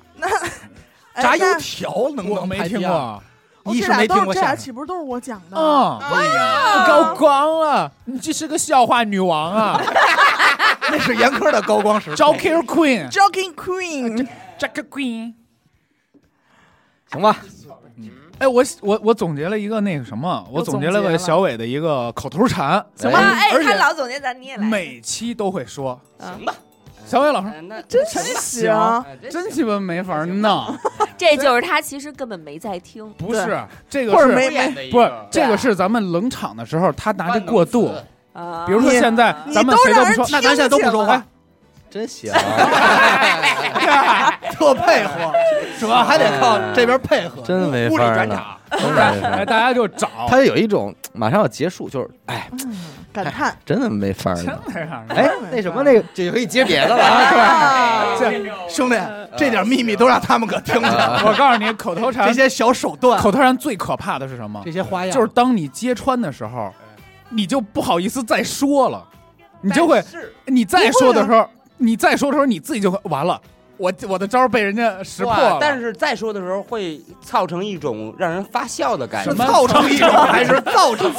[SPEAKER 8] 哎炸油那
[SPEAKER 10] 条能
[SPEAKER 4] 我
[SPEAKER 10] 能
[SPEAKER 4] 没
[SPEAKER 10] 排第
[SPEAKER 4] 听
[SPEAKER 10] 二
[SPEAKER 4] 过，
[SPEAKER 8] 哦这俩都这俩岂不是都是我讲的？
[SPEAKER 4] 嗯，高光了，你这是个笑话女王啊！
[SPEAKER 10] 那是严苛的高光时
[SPEAKER 4] Joker Queen，
[SPEAKER 8] Joking Queen，
[SPEAKER 4] Jack Queen。
[SPEAKER 5] 行吧。
[SPEAKER 4] 哎，我我我总结了一个那个什么，我总结了个小伟的一个口头禅，
[SPEAKER 9] 行吧？哎，他老总结咱，你也来。
[SPEAKER 4] 每期都会说。
[SPEAKER 9] 行吧，
[SPEAKER 4] 小伟老师，
[SPEAKER 9] 啊真
[SPEAKER 4] 行，真鸡巴没法弄。
[SPEAKER 9] 这就是他其实根本没在听，
[SPEAKER 4] 不是这个
[SPEAKER 9] 或者
[SPEAKER 4] 是
[SPEAKER 9] 没没
[SPEAKER 4] 不是这个是咱们冷场的时候他拿着过渡，
[SPEAKER 9] 啊
[SPEAKER 4] 比如说现在
[SPEAKER 9] 你
[SPEAKER 4] 咱们
[SPEAKER 9] 你
[SPEAKER 4] 谁
[SPEAKER 9] 都
[SPEAKER 4] 都
[SPEAKER 9] 让
[SPEAKER 4] 不
[SPEAKER 9] 人
[SPEAKER 4] 说，
[SPEAKER 9] 听见了，
[SPEAKER 5] 真行，
[SPEAKER 10] 特配合，主要还得靠这边配合，
[SPEAKER 5] 真没法儿了，真没法
[SPEAKER 10] *laughs*
[SPEAKER 5] 儿。
[SPEAKER 4] 哎大家就找
[SPEAKER 5] 他有一种马上要结束，就是哎，
[SPEAKER 8] 感叹，
[SPEAKER 5] 真的没法儿
[SPEAKER 4] 真
[SPEAKER 5] 了。
[SPEAKER 4] 的让人
[SPEAKER 5] 哎，那什么，那个就可以接别的了啊，呃
[SPEAKER 10] 对， *laughs* 这兄弟，这点秘密都让他们可听
[SPEAKER 4] 啊
[SPEAKER 10] 着。
[SPEAKER 4] 我告诉你，口头禅
[SPEAKER 10] 这些小手段，
[SPEAKER 4] 口头禅最可怕的是什么？
[SPEAKER 10] 这些花样
[SPEAKER 4] 就是当你揭穿的时候，你就不好意思再说了，你就会，你再说
[SPEAKER 9] 啊
[SPEAKER 4] 的时候，你再说的时候，你自己就会完了，我我的招被人家识破
[SPEAKER 6] 哇
[SPEAKER 4] 了。
[SPEAKER 6] 但是再说的时候会造成一种让人发笑的感觉。
[SPEAKER 4] 什
[SPEAKER 6] *laughs*
[SPEAKER 4] 么造成一种还是
[SPEAKER 5] *laughs*
[SPEAKER 10] 造成？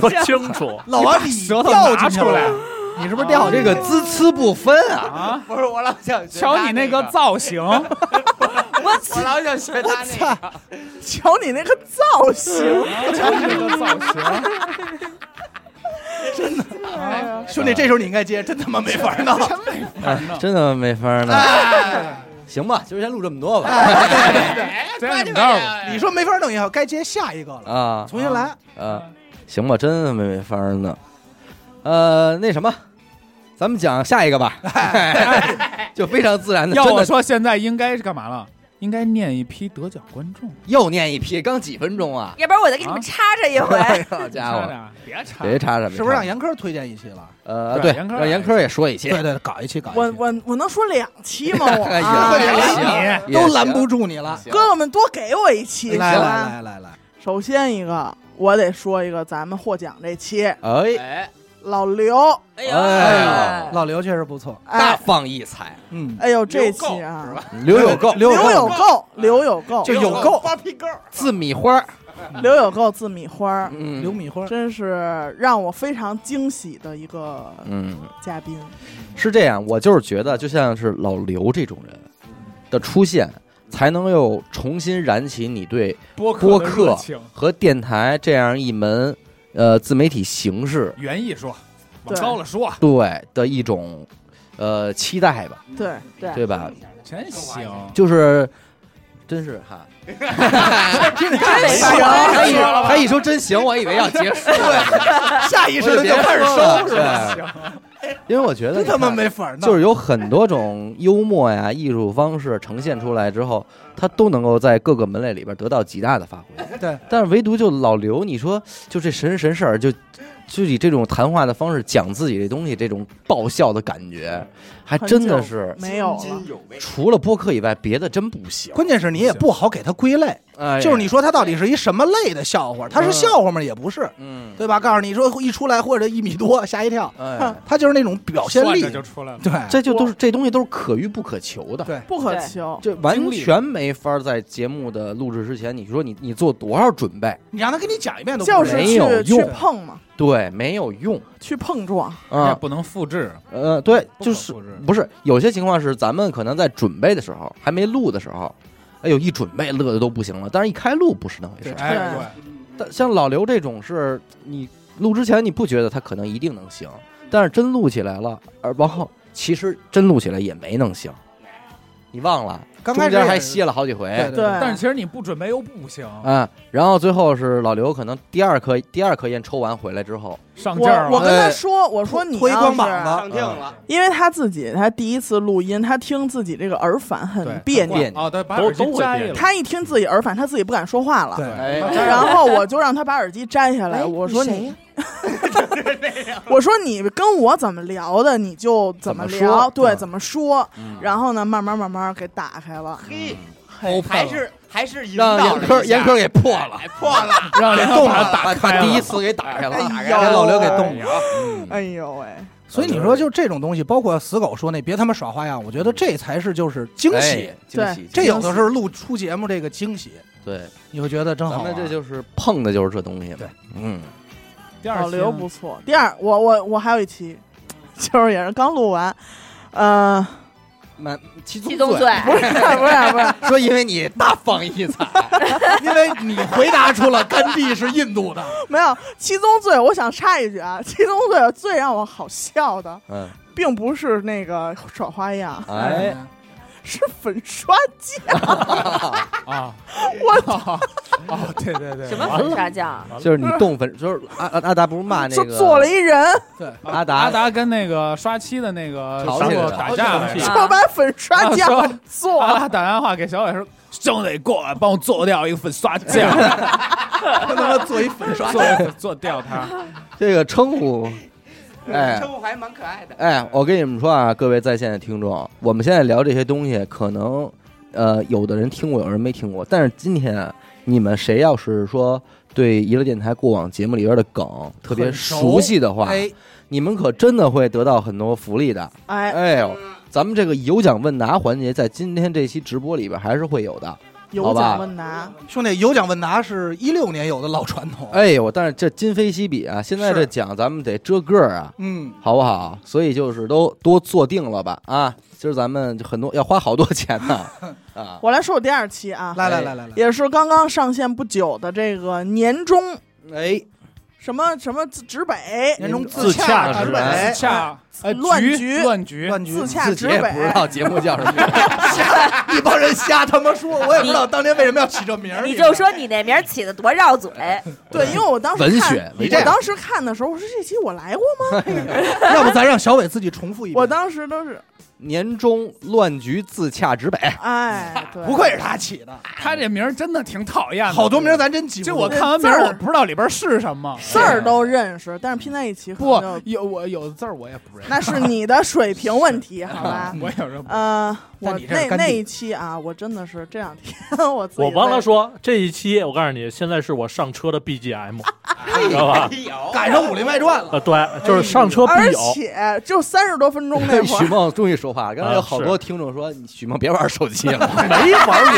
[SPEAKER 11] 说清楚，
[SPEAKER 10] 老王，你
[SPEAKER 6] 舌头
[SPEAKER 10] 掉
[SPEAKER 6] 拿
[SPEAKER 10] 进去
[SPEAKER 6] 出来
[SPEAKER 10] 了，你是不是掉
[SPEAKER 5] 这
[SPEAKER 10] 进去
[SPEAKER 5] 个
[SPEAKER 10] 了
[SPEAKER 5] 孜孜不分啊！
[SPEAKER 4] 啊，
[SPEAKER 6] 不是我老想学
[SPEAKER 4] 瞧
[SPEAKER 6] 他
[SPEAKER 4] 你
[SPEAKER 6] 那
[SPEAKER 4] 个造
[SPEAKER 6] *laughs*
[SPEAKER 4] 型，
[SPEAKER 6] 我老想学他那个。
[SPEAKER 8] 瞧你那个造型，
[SPEAKER 4] 瞧你那个造型，
[SPEAKER 8] *laughs*
[SPEAKER 10] 哎兄弟，这时候你应该接，真他妈没法弄。
[SPEAKER 5] 哎，真的没法儿了。
[SPEAKER 10] 哎
[SPEAKER 5] 行吧，今儿先录这么多吧。
[SPEAKER 4] 这怎么着吧？
[SPEAKER 6] 哎
[SPEAKER 10] 你说没法弄也好，该接下一个了，
[SPEAKER 5] 啊，
[SPEAKER 10] 重新来。
[SPEAKER 5] 啊，行吧，真的没法儿呢。呃，那什么，咱们讲下一个吧，
[SPEAKER 10] 哎
[SPEAKER 5] *laughs* 就非常自然的。
[SPEAKER 4] 要
[SPEAKER 5] 真
[SPEAKER 4] 我
[SPEAKER 5] 的
[SPEAKER 4] 说，现在应该是干嘛了？应该念一批得奖观众。
[SPEAKER 5] 又念一批，刚几分钟
[SPEAKER 10] *laughs*
[SPEAKER 5] 啊！
[SPEAKER 9] 要不然我再给你们插着一回。
[SPEAKER 5] 好家伙，
[SPEAKER 8] 啊
[SPEAKER 4] 别插
[SPEAKER 5] 别插着，别
[SPEAKER 10] 是不
[SPEAKER 5] 插
[SPEAKER 10] 是让
[SPEAKER 5] 着
[SPEAKER 10] 严科推荐一期了？
[SPEAKER 5] 呃
[SPEAKER 4] 对
[SPEAKER 5] 对，
[SPEAKER 4] 严科
[SPEAKER 5] 让严科也说一期。 *laughs*
[SPEAKER 10] 对对，搞一期搞一期。
[SPEAKER 8] 我我我能说两期吗？我
[SPEAKER 5] 哎呀
[SPEAKER 8] 啊
[SPEAKER 5] 也
[SPEAKER 10] 拦
[SPEAKER 5] 行
[SPEAKER 10] 你，都拦不住你了。
[SPEAKER 8] 哥哥们多给我一期，
[SPEAKER 10] 来
[SPEAKER 8] 行
[SPEAKER 10] 来
[SPEAKER 8] 吗
[SPEAKER 10] 来来来，
[SPEAKER 8] 首先一个，我得说一个咱们获奖这期，
[SPEAKER 5] 哎，
[SPEAKER 6] 哎
[SPEAKER 8] 老刘，
[SPEAKER 6] 哎
[SPEAKER 5] 哎
[SPEAKER 10] 老刘确实不错。
[SPEAKER 5] 大
[SPEAKER 8] 哎
[SPEAKER 5] 放异彩，
[SPEAKER 10] 嗯，
[SPEAKER 8] 哎呦这期啊，
[SPEAKER 5] 刘有够，
[SPEAKER 10] 刘
[SPEAKER 8] 刘有
[SPEAKER 10] 有
[SPEAKER 8] 够，刘有够，
[SPEAKER 10] 就有够，
[SPEAKER 5] 自米花儿，
[SPEAKER 8] 刘有够自米花儿，
[SPEAKER 5] 嗯
[SPEAKER 10] 刘米花。
[SPEAKER 8] 真是让我非常惊喜的一个
[SPEAKER 5] 嗯，
[SPEAKER 8] 嘉宾。
[SPEAKER 5] 是这样，我就是觉得，就像是老刘这种人的出现，才能又重新燃起你对
[SPEAKER 4] 播
[SPEAKER 5] 播
[SPEAKER 4] 的热
[SPEAKER 5] 客
[SPEAKER 4] 情
[SPEAKER 5] 和电台这样一门呃自媒体形式
[SPEAKER 4] 原意说，往
[SPEAKER 8] 对
[SPEAKER 4] 高了说，
[SPEAKER 5] 对的一种呃期待吧，
[SPEAKER 8] 对对
[SPEAKER 5] 对吧？
[SPEAKER 4] 真行。
[SPEAKER 10] 啊
[SPEAKER 5] 就是真是哈，
[SPEAKER 10] 真
[SPEAKER 5] 行他一
[SPEAKER 10] 行，
[SPEAKER 5] 他一说真行，我以为要结束了，
[SPEAKER 10] 下意识的就开始收拾了，
[SPEAKER 5] 对，因为我觉得
[SPEAKER 10] 真
[SPEAKER 5] 你
[SPEAKER 10] 他妈
[SPEAKER 5] 看
[SPEAKER 10] 没法弄。
[SPEAKER 5] 就是有很多种幽默呀、艺术方式呈现出来之后，它都能够在各个门类里边得到极大的发挥。
[SPEAKER 10] 对，
[SPEAKER 5] 但是唯独就老刘，你说就这神人神事儿，就就以这种谈话的方式讲自己这东西，这种爆笑的感觉，还真的是
[SPEAKER 8] 很久没有了，
[SPEAKER 5] 除了播客以外，别的真不行。
[SPEAKER 10] 关键是你也不好给他归类，
[SPEAKER 5] 哎呀
[SPEAKER 10] 就是你说他到底是一什么类的笑话？他是笑话吗？也不是，
[SPEAKER 5] 嗯，
[SPEAKER 10] 对吧？告诉你说一出来或者一米多吓一跳，
[SPEAKER 5] 哎，
[SPEAKER 10] *laughs* 他就是那种表现
[SPEAKER 4] 算
[SPEAKER 10] 力
[SPEAKER 4] 着，就出来了。
[SPEAKER 10] 对，
[SPEAKER 5] 这就都是这东西都是可遇不可求的。
[SPEAKER 10] 对，
[SPEAKER 8] 不可求。
[SPEAKER 5] 就完全没法在节目的录制之前，你说你你做多少准备？
[SPEAKER 10] 你让他给你讲一遍都不
[SPEAKER 8] 就是
[SPEAKER 5] 没有
[SPEAKER 8] 去去
[SPEAKER 5] 用
[SPEAKER 8] 碰嘛，
[SPEAKER 5] 对，没有用
[SPEAKER 8] 去碰撞，
[SPEAKER 4] 也
[SPEAKER 5] 啊。
[SPEAKER 4] 不能复制，
[SPEAKER 5] 呃，对，就
[SPEAKER 4] 可
[SPEAKER 5] 是
[SPEAKER 4] 复制
[SPEAKER 5] 不是有些情况是咱们可能在准备的时候，还没录的时候，哎呦一准备乐的都不行了，但是一开录不是那回事。
[SPEAKER 4] 哎
[SPEAKER 8] 对
[SPEAKER 4] 对，
[SPEAKER 5] 但像老刘这种是你录之前你不觉得他可能一定能行，但是真录起来了，而然后其实真录起来也没弄行，你忘了，
[SPEAKER 4] 刚
[SPEAKER 5] 中
[SPEAKER 4] 开始
[SPEAKER 5] 间还
[SPEAKER 4] 也是
[SPEAKER 5] 歇了好几回，
[SPEAKER 4] 但是其实你不准备又不行，
[SPEAKER 5] 嗯，然后最后是老刘可能第二颗第二颗烟抽完回来之后
[SPEAKER 4] 上
[SPEAKER 8] 我我跟他
[SPEAKER 5] 哎
[SPEAKER 8] 说，我说你
[SPEAKER 5] 推
[SPEAKER 8] 要
[SPEAKER 5] 光
[SPEAKER 8] 是
[SPEAKER 5] 膀子上镜
[SPEAKER 6] 了，
[SPEAKER 8] 因为他自己他第一次录音，他听自己这个耳返很别扭
[SPEAKER 5] 很别扭哦对把耳机都都会摘别扭了
[SPEAKER 8] 他一听自己耳返，他自己不敢说话了。
[SPEAKER 5] 对哎
[SPEAKER 8] 然后我就让他把耳机摘下
[SPEAKER 9] 哎
[SPEAKER 8] 来，哎我说你。 *laughs* 我说你跟我怎么聊的，你就怎么
[SPEAKER 5] 怎么
[SPEAKER 8] 聊，
[SPEAKER 5] 说
[SPEAKER 8] 对，
[SPEAKER 5] 嗯
[SPEAKER 8] 怎么说
[SPEAKER 5] 嗯。
[SPEAKER 8] 然后呢，慢慢慢慢给打开了。
[SPEAKER 4] 嗯
[SPEAKER 8] 嘿
[SPEAKER 6] 嘿，还是还是引导
[SPEAKER 5] 让严科严科给破了，
[SPEAKER 6] 破了，
[SPEAKER 5] *laughs* 让
[SPEAKER 6] 这
[SPEAKER 5] 洞
[SPEAKER 6] 把
[SPEAKER 5] 打
[SPEAKER 6] 开
[SPEAKER 5] 把
[SPEAKER 6] 了
[SPEAKER 5] 第一次给打开了，
[SPEAKER 10] 哎呦
[SPEAKER 5] 给老刘给冻着。
[SPEAKER 8] 哎呦喂！
[SPEAKER 10] 所以你说，就这种东西，包括死狗说那别他妈耍花样，我觉得这才是就是惊喜
[SPEAKER 5] 哎，惊喜对
[SPEAKER 10] 这有的时候录出节目这个惊喜，
[SPEAKER 5] 对，
[SPEAKER 10] 你会觉得真好啊
[SPEAKER 5] 咱
[SPEAKER 10] 玩。
[SPEAKER 5] 们这就是碰的就是这东西嘛。嗯，
[SPEAKER 8] 老刘不错。第二，我我我还有一期， *laughs* 就是也是刚录完，呃， *laughs*
[SPEAKER 5] 满七
[SPEAKER 8] 七宗罪不是不是不是
[SPEAKER 5] 说因为你大放异彩，
[SPEAKER 10] 因为你回答出了甘地是印度的，
[SPEAKER 8] 没有七宗罪。我想插一句啊， *laughs* 七宗罪最让我好笑的，
[SPEAKER 5] 嗯，
[SPEAKER 8] 并不是那个耍花样， *laughs*
[SPEAKER 5] 哎，
[SPEAKER 8] 是粉刷匠。
[SPEAKER 4] 啊，
[SPEAKER 8] *laughs* 我操！
[SPEAKER 4] 哦，对对对，
[SPEAKER 9] 什么粉刷匠？
[SPEAKER 5] 就是你动粉，就是阿阿阿达不是骂那
[SPEAKER 4] 就
[SPEAKER 5] 个
[SPEAKER 4] 做了一
[SPEAKER 8] 人，
[SPEAKER 10] 对，
[SPEAKER 5] 阿达
[SPEAKER 4] 阿达跟那个刷漆的那个
[SPEAKER 5] 吵起来了
[SPEAKER 4] 打架来着
[SPEAKER 9] 啊
[SPEAKER 8] 说把粉刷
[SPEAKER 4] 啊
[SPEAKER 8] 匠
[SPEAKER 4] 说
[SPEAKER 8] 做
[SPEAKER 4] 阿达打电话给小伟说：“兄弟过来帮我做掉一个粉刷匠，
[SPEAKER 5] *laughs*
[SPEAKER 10] 他妈做一粉
[SPEAKER 4] 刷做做掉他。
[SPEAKER 5] 这个称
[SPEAKER 6] *laughs*
[SPEAKER 5] 呼，哎
[SPEAKER 6] 称呼还蛮可爱的。
[SPEAKER 5] 哎，我跟你们说啊，各位在线的听众，我们现在聊这些东西，可能呃有的人听过，有人没听过，但是今天啊你们谁要是说对娱乐电台过往节目里边的梗特别
[SPEAKER 10] 很熟
[SPEAKER 5] 熟悉的话，
[SPEAKER 10] 哎
[SPEAKER 5] 你们可真的会得到很多福利的。
[SPEAKER 8] 哎
[SPEAKER 5] 哎呦，咱们这个有奖问答环节在今天这期直播里边还是会有的，好
[SPEAKER 10] 有
[SPEAKER 5] 吧
[SPEAKER 10] 奖？问
[SPEAKER 8] 答，
[SPEAKER 10] 兄弟，有奖问答是一六年有的老传统，
[SPEAKER 5] 哎呦，但是这今非昔比啊，现在这奖咱们得遮个儿啊，
[SPEAKER 10] 嗯，
[SPEAKER 5] 好不好？所以就是都多做定了吧啊！今儿咱们就很多要花好多钱呢啊！
[SPEAKER 8] 我来说我第二期啊，
[SPEAKER 5] 来
[SPEAKER 4] 哎
[SPEAKER 5] 来来来来
[SPEAKER 8] 也是刚刚上线不久的这个年终，
[SPEAKER 5] 哎，
[SPEAKER 8] 什么什么自直北，
[SPEAKER 5] 年终自洽直北自洽直北
[SPEAKER 4] 自洽哎
[SPEAKER 8] 乱
[SPEAKER 4] 局
[SPEAKER 8] 局
[SPEAKER 4] 乱局
[SPEAKER 10] 乱局
[SPEAKER 8] 自洽
[SPEAKER 5] 自
[SPEAKER 8] 直
[SPEAKER 5] 己也
[SPEAKER 8] 北，
[SPEAKER 5] 不知道节目叫什么，
[SPEAKER 10] 一帮人瞎他妈说，我也不知道当年为什么要起这名儿。
[SPEAKER 9] 你就说你那名儿起的多绕嘴，
[SPEAKER 8] 对，因为我当时
[SPEAKER 10] 文
[SPEAKER 8] 看
[SPEAKER 10] 学
[SPEAKER 8] 我
[SPEAKER 10] 你这样
[SPEAKER 8] 当时看的时候，我说这期我来过吗？*laughs*
[SPEAKER 10] *laughs* 要不咱让小伟自己重复一遍。
[SPEAKER 8] 我当时都是，
[SPEAKER 5] 年终乱局自洽直北。
[SPEAKER 8] 哎，对，
[SPEAKER 10] 不愧是他起的，
[SPEAKER 4] 他这名儿真的挺讨厌的，
[SPEAKER 10] 好多名儿咱真记不住
[SPEAKER 4] 就我看完名儿，我不知道里边是什么
[SPEAKER 8] 字儿都认识，但是拼在一起可能
[SPEAKER 4] 不
[SPEAKER 8] 就
[SPEAKER 4] 有我有的字儿我也不认识，？
[SPEAKER 8] 那是你的水平问
[SPEAKER 10] *laughs*
[SPEAKER 8] 题，好吧
[SPEAKER 4] 我有时候
[SPEAKER 8] 呃，我
[SPEAKER 4] 但你这是
[SPEAKER 8] 那
[SPEAKER 4] 干
[SPEAKER 8] 那
[SPEAKER 4] 地
[SPEAKER 8] 一期啊，我真的是这两天 *laughs* 我自己
[SPEAKER 11] 我帮
[SPEAKER 8] 在
[SPEAKER 11] 他说这一期，我告诉你，现在是我上车的 BGM，知道吧？
[SPEAKER 10] 赶上《武林外传》了。
[SPEAKER 11] 呃，对，就是上车必
[SPEAKER 8] 而
[SPEAKER 11] 有。
[SPEAKER 8] 且就三十多分钟
[SPEAKER 11] *laughs*
[SPEAKER 8] 那会
[SPEAKER 5] 许
[SPEAKER 8] 儿，
[SPEAKER 5] 梦终于说话了，刚才有
[SPEAKER 11] 啊
[SPEAKER 5] 好
[SPEAKER 11] 是
[SPEAKER 5] 多听众说你许梦别玩手机了，
[SPEAKER 11] 没玩过，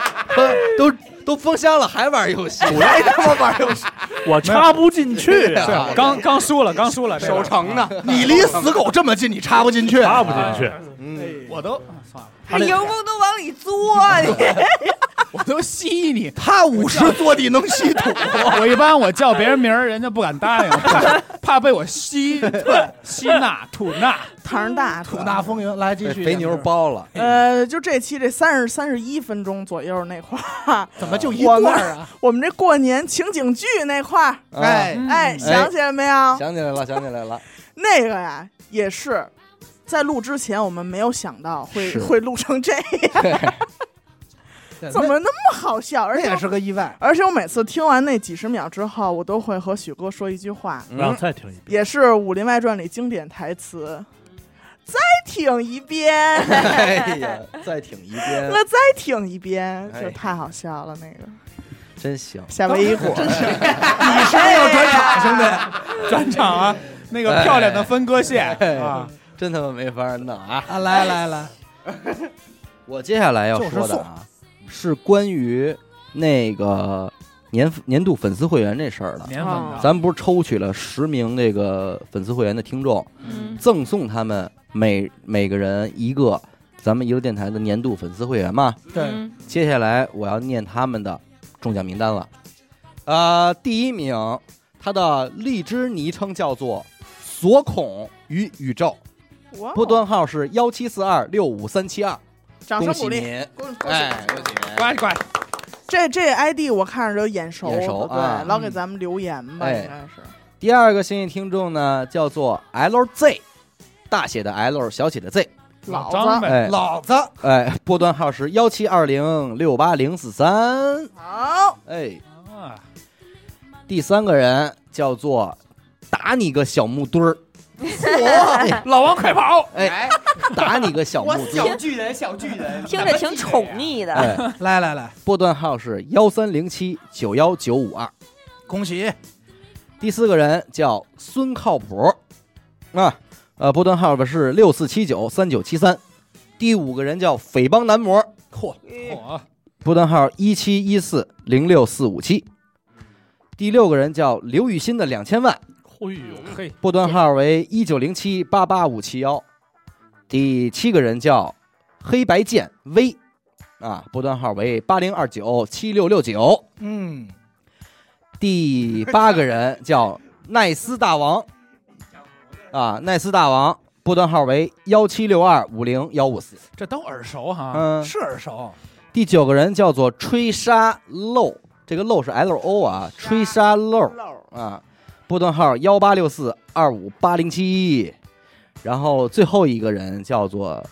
[SPEAKER 5] *laughs* 都都封箱了还玩游戏，
[SPEAKER 11] 还
[SPEAKER 5] 他妈玩游戏，
[SPEAKER 11] 我插不进去
[SPEAKER 5] 对
[SPEAKER 11] 啊
[SPEAKER 5] 啊！
[SPEAKER 4] 刚刚输了，刚输了，
[SPEAKER 11] 守
[SPEAKER 4] 城
[SPEAKER 10] 呢你离死狗这么近，你插不进去，
[SPEAKER 4] 啊
[SPEAKER 11] 插不进去。
[SPEAKER 4] 嗯，我都算了，
[SPEAKER 9] 他迎风都往里作，你
[SPEAKER 4] 我都吸你。
[SPEAKER 10] 他五十坐地
[SPEAKER 5] *laughs*
[SPEAKER 10] 能吸土。
[SPEAKER 4] *laughs* 我一般我叫别人名儿，人家不敢答应，怕怕被我吸吸纳吐纳。
[SPEAKER 8] 堂儿大
[SPEAKER 10] 吐纳风云，来继续。
[SPEAKER 5] 哎肥牛包了。
[SPEAKER 8] 呃，就这期这三十三十一分钟左右那块儿，
[SPEAKER 10] 怎么就一
[SPEAKER 8] 我们
[SPEAKER 10] 段儿啊？
[SPEAKER 8] 我们这过年情景剧那块儿，
[SPEAKER 5] 哎
[SPEAKER 8] 哎，
[SPEAKER 5] 嗯
[SPEAKER 8] 想起来没有？
[SPEAKER 10] 啊
[SPEAKER 5] 想起来了，想起来了，
[SPEAKER 8] 那个呀，也是在录之前我们没有想到会
[SPEAKER 5] 是
[SPEAKER 8] 会录成这样， *laughs*
[SPEAKER 10] 对
[SPEAKER 8] 怎么那么好笑？而
[SPEAKER 10] 那
[SPEAKER 8] 且
[SPEAKER 10] *laughs* 也
[SPEAKER 8] 我
[SPEAKER 10] 是个意外。
[SPEAKER 8] 而且我每次听完那几十秒之后，我都会和许哥说一句话，
[SPEAKER 4] 嗯
[SPEAKER 11] 然后再听一遍，
[SPEAKER 8] 也是《武林外传》里经典台词。再挺一遍，
[SPEAKER 5] *laughs* 哎呀，再挺一 *laughs* 遍，
[SPEAKER 8] 我再挺一遍，就
[SPEAKER 5] 哎
[SPEAKER 8] 太好笑了。那个
[SPEAKER 5] 真行，
[SPEAKER 8] 夏威夷果，
[SPEAKER 10] 你是不是要转场，兄弟？
[SPEAKER 4] 转场啊，那个漂亮的分割线啊，
[SPEAKER 5] 哎真他妈没法弄啊！
[SPEAKER 10] 啊，来来来，
[SPEAKER 5] *laughs* 我接下来要说的啊，是关于那个年年度粉丝会员这事儿的。
[SPEAKER 4] 年份
[SPEAKER 10] 啊
[SPEAKER 4] 的
[SPEAKER 5] 咱们不是抽取了十名这个粉丝会员的听众，
[SPEAKER 9] 嗯
[SPEAKER 11] 嗯
[SPEAKER 5] 赠送他们每每个人一个咱们娱乐电台的年度粉丝会员嘛？
[SPEAKER 10] 对，
[SPEAKER 9] 嗯
[SPEAKER 5] 接下来我要念他们的中奖名单了。呃，第一名，他的荔枝昵称叫做“锁孔与宇宙
[SPEAKER 8] 哇哦”，
[SPEAKER 5] 波段号是幺七四二六五三七二。
[SPEAKER 8] 掌声
[SPEAKER 5] 恭
[SPEAKER 8] 鼓
[SPEAKER 5] 喜
[SPEAKER 8] 励
[SPEAKER 5] 您，
[SPEAKER 8] 恭恭喜
[SPEAKER 5] 哎，恭喜您，
[SPEAKER 4] 乖乖，
[SPEAKER 8] 这这 ID 我看着都眼熟，
[SPEAKER 5] 眼熟啊
[SPEAKER 8] 对，老给
[SPEAKER 10] 嗯
[SPEAKER 8] 咱们留言吧，
[SPEAKER 5] 哎
[SPEAKER 8] 应该是。
[SPEAKER 5] 第二个幸运听众呢，叫做 LZ，大写的 L，小写的 Z。
[SPEAKER 8] 老
[SPEAKER 5] 子哎
[SPEAKER 10] 老子，
[SPEAKER 5] 哎，波段号是幺七二零六八零四三。
[SPEAKER 8] 好，
[SPEAKER 5] 哎，第三个人叫做打你个小木墩儿，
[SPEAKER 4] 我老王快跑！
[SPEAKER 5] 哎，打你个小木墩儿。
[SPEAKER 16] 巨人，小巨人，
[SPEAKER 9] 听着挺宠溺的。
[SPEAKER 5] 哎，
[SPEAKER 10] 来来来，
[SPEAKER 5] 波段号是幺三零七九幺九五二。
[SPEAKER 10] 恭喜！
[SPEAKER 5] 第四个人叫孙靠谱，啊，呃，波段号吧是六四七九三九七三。第五个人叫匪帮男模，嚯，
[SPEAKER 4] 嚯，
[SPEAKER 5] 波段号一七一四零六四五七。第六个人叫刘雨欣的两千万，
[SPEAKER 4] 哎呦嘿，
[SPEAKER 5] 波段号为一九零七八八五七幺。第七个人叫黑白键 V，啊，波段号为八零二九七六六九。
[SPEAKER 10] 嗯，
[SPEAKER 5] 第八个人叫奈斯大王，啊，奈斯大王，波段号为幺七六二五零幺五四。
[SPEAKER 4] 这都耳熟哈，
[SPEAKER 5] 嗯
[SPEAKER 10] 是耳熟。
[SPEAKER 5] 第九个人叫做吹沙漏，这个漏是 L O 啊，吹沙漏啊，波段号幺八六四二五八零七。然后最后一个人叫做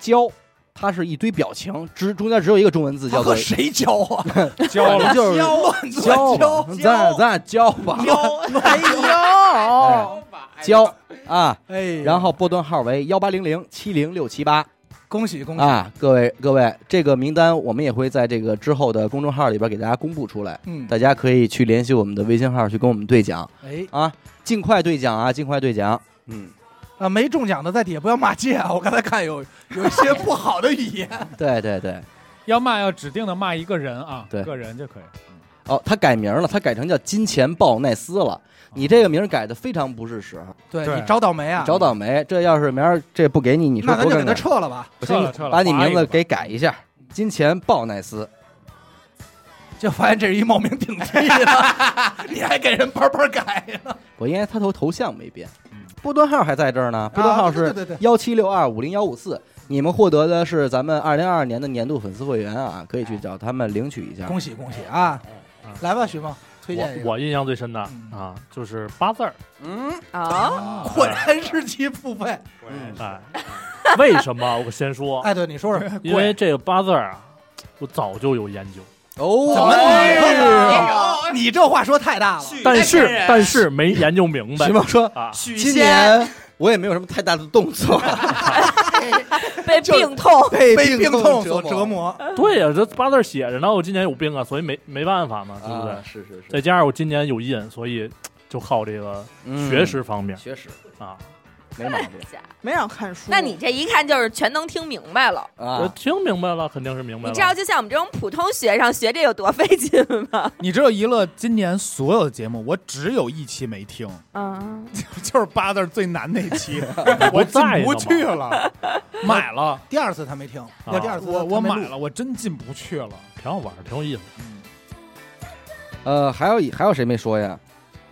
[SPEAKER 5] 焦，他是一堆表情，之中间只有一个中文字，叫做
[SPEAKER 10] 和谁啊交啊？
[SPEAKER 5] 交了就是
[SPEAKER 10] 交乱
[SPEAKER 5] 交吧，咱俩咱俩交吧，
[SPEAKER 8] 哎呦，
[SPEAKER 5] 哦交啊，
[SPEAKER 10] 哎，
[SPEAKER 5] 然后波段号为幺八零零七零六七八
[SPEAKER 10] 恭喜恭喜！
[SPEAKER 5] 啊，各位各位，这个名单我们也会在这个之后的公众号里边给大家公布出来，
[SPEAKER 10] 嗯
[SPEAKER 5] 大家可以去联系我们的微信号去跟我们兑奖
[SPEAKER 10] 哎
[SPEAKER 5] 啊，尽快兑奖啊，尽快兑奖，嗯，
[SPEAKER 10] 啊，没中奖的在底下不要骂街啊！我刚才看有有一些不好的语言，
[SPEAKER 5] *laughs* 对对对，
[SPEAKER 4] 要骂要指定的骂一个人啊，
[SPEAKER 5] 对
[SPEAKER 4] 个人就可以。
[SPEAKER 5] 哦，他改名了，他改成叫金钱豹奈斯了，你这个名改的非常不是时候，
[SPEAKER 10] 对你找倒霉啊！
[SPEAKER 5] 找倒霉，这要是明儿这不给你，你说
[SPEAKER 10] 那咱就
[SPEAKER 5] 多
[SPEAKER 10] 给
[SPEAKER 5] 尴尬
[SPEAKER 10] 他撤了吧，
[SPEAKER 5] 我先把你名字给改一下，金钱豹奈斯。
[SPEAKER 10] 就发现这是一冒名顶替了，你还给人班班改呢？
[SPEAKER 5] 我应该他头头像没变，波段号还在这儿呢。波段号
[SPEAKER 10] 嗯啊对
[SPEAKER 5] 是
[SPEAKER 10] 对对对
[SPEAKER 5] 幺七六二五零幺五四，你们获得的是咱们二零二二年的年度粉丝会员啊，可以去找他们领取一下。
[SPEAKER 10] 哎恭喜！恭喜啊！来吧，徐梦，推荐一
[SPEAKER 11] 我
[SPEAKER 10] 个。
[SPEAKER 11] 我印象最深的啊，就是八
[SPEAKER 10] *laughs*
[SPEAKER 11] 字儿，
[SPEAKER 10] 嗯
[SPEAKER 9] *laughs* 啊，
[SPEAKER 10] 果然是其付费。嗯
[SPEAKER 11] 哎，为什么？我先说，
[SPEAKER 10] 哎，对，你说说，
[SPEAKER 11] 因为这个八字儿啊，我早就有研究，
[SPEAKER 5] 哦
[SPEAKER 10] 怎么
[SPEAKER 11] 哎
[SPEAKER 10] 你这你这话说太大了，
[SPEAKER 11] 但是但是没研究明白。
[SPEAKER 5] 徐梦说
[SPEAKER 11] 啊，
[SPEAKER 5] 今年我也没有什么太大的动作，
[SPEAKER 9] 被病 *laughs* 痛
[SPEAKER 5] 被
[SPEAKER 10] 被 *laughs* 病痛
[SPEAKER 5] 所
[SPEAKER 10] 所折
[SPEAKER 5] 磨。
[SPEAKER 10] 磨。
[SPEAKER 11] 对呀、这八字儿写着呢，我今年有病啊，所以没没办法嘛，对不对？
[SPEAKER 5] 啊是是是
[SPEAKER 11] 再加上我今年有印，所以就靠这个
[SPEAKER 5] 嗯
[SPEAKER 11] 学识方面。
[SPEAKER 5] 学识
[SPEAKER 10] 嗯
[SPEAKER 11] 啊，
[SPEAKER 5] 没毛病
[SPEAKER 8] 没少看书。
[SPEAKER 9] 哎那你这一看就是全能听明白了。
[SPEAKER 10] 啊
[SPEAKER 5] 啊
[SPEAKER 4] *laughs*
[SPEAKER 11] 我听明白了，肯定是明白
[SPEAKER 9] 你
[SPEAKER 11] 了。
[SPEAKER 9] 知道，就像我们这种普通学生学这有多费劲吗？
[SPEAKER 4] 你知道娱乐今年所有的节目，我只有一期没听， *laughs*
[SPEAKER 9] 嗯，
[SPEAKER 4] 就是八字儿最难那
[SPEAKER 10] *laughs*
[SPEAKER 4] 期，我进不去了，买了。
[SPEAKER 10] 第二次他没听，要第二次
[SPEAKER 4] 我
[SPEAKER 10] 他
[SPEAKER 4] 我
[SPEAKER 10] 没录
[SPEAKER 4] 买了，我真进不去了。
[SPEAKER 11] 啊挺好玩，挺有意思。
[SPEAKER 5] 呃，还有一还有谁没说呀？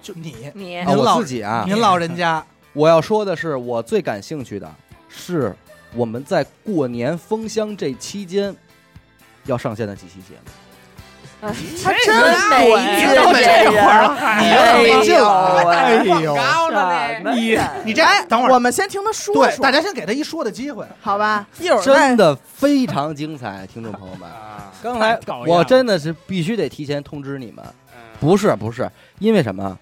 [SPEAKER 10] 就你
[SPEAKER 9] 你哎
[SPEAKER 5] 啊，我自己啊，
[SPEAKER 10] 您老人家，
[SPEAKER 5] 我要说的是，我最感兴趣的是我们在过年封箱这期间要上线的几期节目。
[SPEAKER 9] 他真没劲，啊哎这人
[SPEAKER 10] 没劲了
[SPEAKER 9] 哎
[SPEAKER 10] 哎
[SPEAKER 9] 呦
[SPEAKER 10] 呦
[SPEAKER 9] 广告呢
[SPEAKER 5] 哎
[SPEAKER 9] 那
[SPEAKER 10] 你
[SPEAKER 9] 个
[SPEAKER 10] 你这等会儿，
[SPEAKER 8] 我们先听他说
[SPEAKER 10] 对，
[SPEAKER 8] 说
[SPEAKER 10] 大家先给他一说的机会。
[SPEAKER 8] 好吧，一会儿再
[SPEAKER 5] 真的非常精彩，听众朋友们。刚才我真的是必须得提前通知你们，不是不是，因为什么？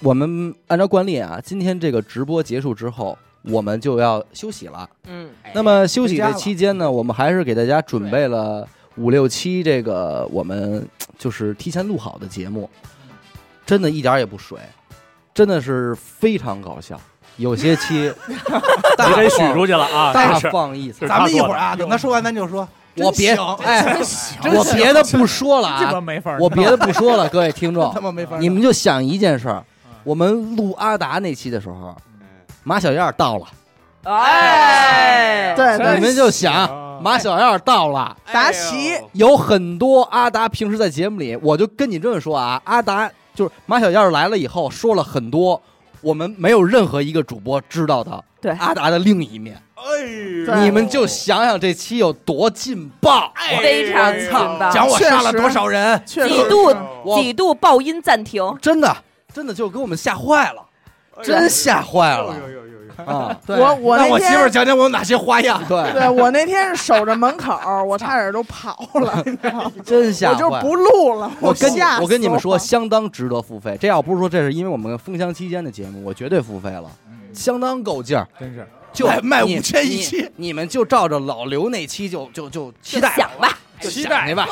[SPEAKER 5] 我们按照惯例啊，今天这个直播结束之后，我们就要休息了。
[SPEAKER 9] 嗯，
[SPEAKER 10] 哎
[SPEAKER 5] 那么休息的期间呢，我们还是给大家准备了五六期这个我们就是提前录好的节目，真的一点儿也不水，真的是非常搞笑。有些期大
[SPEAKER 11] *laughs* 你
[SPEAKER 5] 放
[SPEAKER 11] 给许出去了啊！
[SPEAKER 5] 大
[SPEAKER 11] 这是
[SPEAKER 5] 放异彩。
[SPEAKER 11] 这是他
[SPEAKER 10] 咱们一会儿
[SPEAKER 11] 做的
[SPEAKER 10] 啊，等他说完咱就说。
[SPEAKER 5] 我
[SPEAKER 10] 真
[SPEAKER 5] 别
[SPEAKER 10] 行
[SPEAKER 5] 哎
[SPEAKER 10] 真行，真
[SPEAKER 5] 我
[SPEAKER 10] 行
[SPEAKER 5] 别的不说了
[SPEAKER 10] 这
[SPEAKER 5] 啊
[SPEAKER 10] 他妈没法，弄
[SPEAKER 5] 我别的不说了，各位听众
[SPEAKER 10] 这他嗯妈没法，弄
[SPEAKER 5] 你们就想一件事儿，我们录阿达那期的时候，
[SPEAKER 10] 嗯
[SPEAKER 5] 马小燕到了，
[SPEAKER 9] 哎，
[SPEAKER 8] 对
[SPEAKER 5] 你们就想马小燕到了，
[SPEAKER 10] 哎
[SPEAKER 8] 达
[SPEAKER 9] 哎
[SPEAKER 8] 奇，
[SPEAKER 5] 有很多阿达平时在节目里，我就跟你这么说啊，阿达就是马小燕来了以后说了很多我们没有任何一个主播知道的
[SPEAKER 9] 对
[SPEAKER 5] 阿达的另一面。
[SPEAKER 9] 对
[SPEAKER 5] 你们就想想这期有多劲爆，
[SPEAKER 9] 非常劲爆
[SPEAKER 5] 哎讲我杀了多少人，
[SPEAKER 9] 哎几度几度爆音暂停，
[SPEAKER 5] 真的真的就给我们吓坏了，真吓坏了啊！
[SPEAKER 8] 对我我
[SPEAKER 5] 让
[SPEAKER 8] 那
[SPEAKER 5] 我媳
[SPEAKER 8] 天
[SPEAKER 5] 妇儿讲讲我有哪些花样，对
[SPEAKER 8] 对我那天是守着门口，我差点都跑了，你知道吗？
[SPEAKER 5] *laughs* 真吓
[SPEAKER 8] 我就
[SPEAKER 5] 坏
[SPEAKER 8] 不录了。
[SPEAKER 5] 我跟你
[SPEAKER 8] 吓死
[SPEAKER 5] 我跟你们说，
[SPEAKER 8] 了，
[SPEAKER 5] 相当值得付费。这要不是说这是因为我们封箱期间的节目，我绝对付费了，相当够劲儿，
[SPEAKER 4] 真是
[SPEAKER 5] 就
[SPEAKER 10] 嗯卖卖
[SPEAKER 5] 你
[SPEAKER 10] 5000一
[SPEAKER 5] 你
[SPEAKER 10] 期
[SPEAKER 5] 你们就照着老刘那期就就就期待
[SPEAKER 9] 想吧，
[SPEAKER 5] 就期待吧。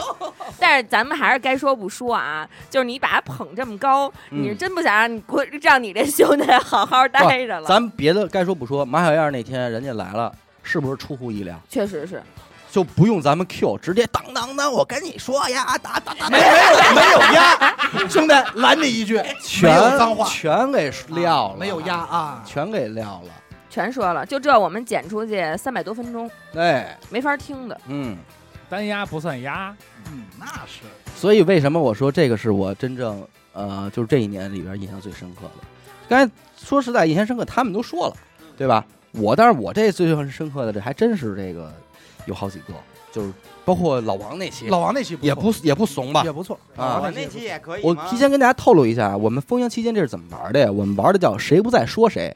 [SPEAKER 9] 但是咱们还是该说不说啊，就是你把他捧这么高，
[SPEAKER 5] 嗯
[SPEAKER 9] 你是真不想让你过让你这兄弟好好待着了。
[SPEAKER 5] 咱别的该说不说，马小燕那天人家来了，是不是出乎意料？
[SPEAKER 9] 确实是，
[SPEAKER 5] 就不用咱们 Q，直接当当当，我跟你说呀，阿达当当
[SPEAKER 10] 没没有没有压，兄弟拦你一句，
[SPEAKER 5] 全
[SPEAKER 10] 没有脏话，啊
[SPEAKER 5] 全给撂了，
[SPEAKER 10] 没有压啊，
[SPEAKER 5] 全给撂了。
[SPEAKER 9] 全说了，就这我们剪出去三百多分钟，
[SPEAKER 5] 哎，
[SPEAKER 9] 没法听 *laughs* 的。
[SPEAKER 5] 嗯，
[SPEAKER 4] 单压不算
[SPEAKER 10] *laughs*
[SPEAKER 4] 压，
[SPEAKER 10] 嗯，那是
[SPEAKER 5] 所以为什么我说这个是我真正呃，就是这一年里边印象最深刻的？刚才说实在，印象深刻，他们都说了，对吧？我但是我这最深刻的，这还真是这个有好几个，就是包括老王那期，
[SPEAKER 10] 老王那期不错
[SPEAKER 5] 也不也不怂吧，
[SPEAKER 10] 也不错
[SPEAKER 5] 啊。
[SPEAKER 6] 我那期也可以
[SPEAKER 5] 我
[SPEAKER 6] 吗
[SPEAKER 5] 提前跟大家透露一下，我们封箱期间这是怎么玩的呀？我们玩的叫“谁不在说谁”。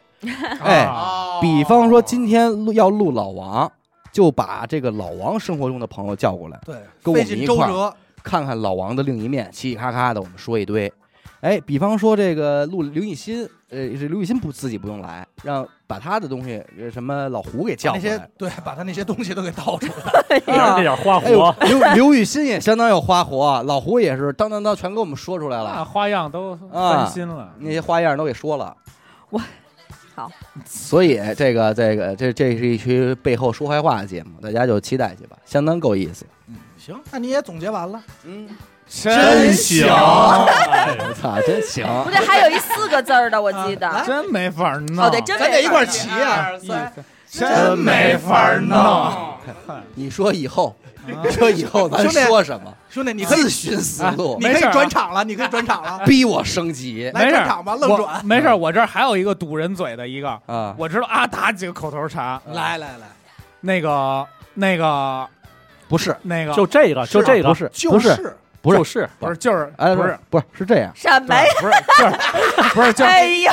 [SPEAKER 5] 哎，
[SPEAKER 4] 啊
[SPEAKER 10] 哦
[SPEAKER 5] 比方说今天录要录老王，就把这个老王生活中的朋友叫过来，
[SPEAKER 10] 对
[SPEAKER 5] 跟我
[SPEAKER 10] 费
[SPEAKER 5] 们
[SPEAKER 10] 尽
[SPEAKER 5] 一
[SPEAKER 10] 周
[SPEAKER 5] 块儿
[SPEAKER 10] 折
[SPEAKER 5] 看看老王的另一面，嘁嘁咔咔的我们说一堆。哎，比方说这个录刘雨欣，呃，这刘雨欣不自己不用来，让把他的东西呃什么老胡给叫
[SPEAKER 10] 那
[SPEAKER 5] 过来
[SPEAKER 10] 些。对，把他那些东西都给倒出来，
[SPEAKER 5] 啊哎呦刘刘雨欣也相当有花活，老胡也是当当当全给我们说出来了
[SPEAKER 4] 那，花样都翻
[SPEAKER 5] 啊，
[SPEAKER 4] 新了。
[SPEAKER 5] 那些花样都给说了。
[SPEAKER 9] 好，
[SPEAKER 5] 所以这个这个这这是一期背后说坏话的节目，大家就期待去吧，相当够意思。
[SPEAKER 10] 行，那你也总结完了，
[SPEAKER 5] 嗯，
[SPEAKER 4] 真
[SPEAKER 5] 行，
[SPEAKER 4] 行
[SPEAKER 5] 我操，真行！
[SPEAKER 9] 不对，还有一四个字儿的，我记 *laughs* 得。
[SPEAKER 4] 真没法弄，
[SPEAKER 9] 哦对真没法弄咱得一块儿骑啊
[SPEAKER 4] 一三
[SPEAKER 9] 真没法
[SPEAKER 5] 弄。你说以后，你说以后咱
[SPEAKER 10] 兄弟
[SPEAKER 5] 说什么？
[SPEAKER 10] 兄弟，你可以
[SPEAKER 5] 自寻死路，
[SPEAKER 10] 你可以转场了，你可以转场了，
[SPEAKER 5] 逼我升级，
[SPEAKER 4] 啊没事儿，
[SPEAKER 10] 愣转
[SPEAKER 4] 我没事儿，我这儿还有一个堵人嘴的一个
[SPEAKER 5] 啊
[SPEAKER 4] 我知道阿达几个口头禅，
[SPEAKER 10] 来来来，
[SPEAKER 4] 那个那个
[SPEAKER 5] 不是
[SPEAKER 4] 那个，啊
[SPEAKER 11] 就这个就这个
[SPEAKER 5] 不是不是不
[SPEAKER 11] 就是
[SPEAKER 5] 是
[SPEAKER 4] 不是就是
[SPEAKER 5] 哎
[SPEAKER 4] 不是
[SPEAKER 5] 不是是这样，
[SPEAKER 9] 什么呀？
[SPEAKER 4] 不是就是不是就是
[SPEAKER 9] 哎呦，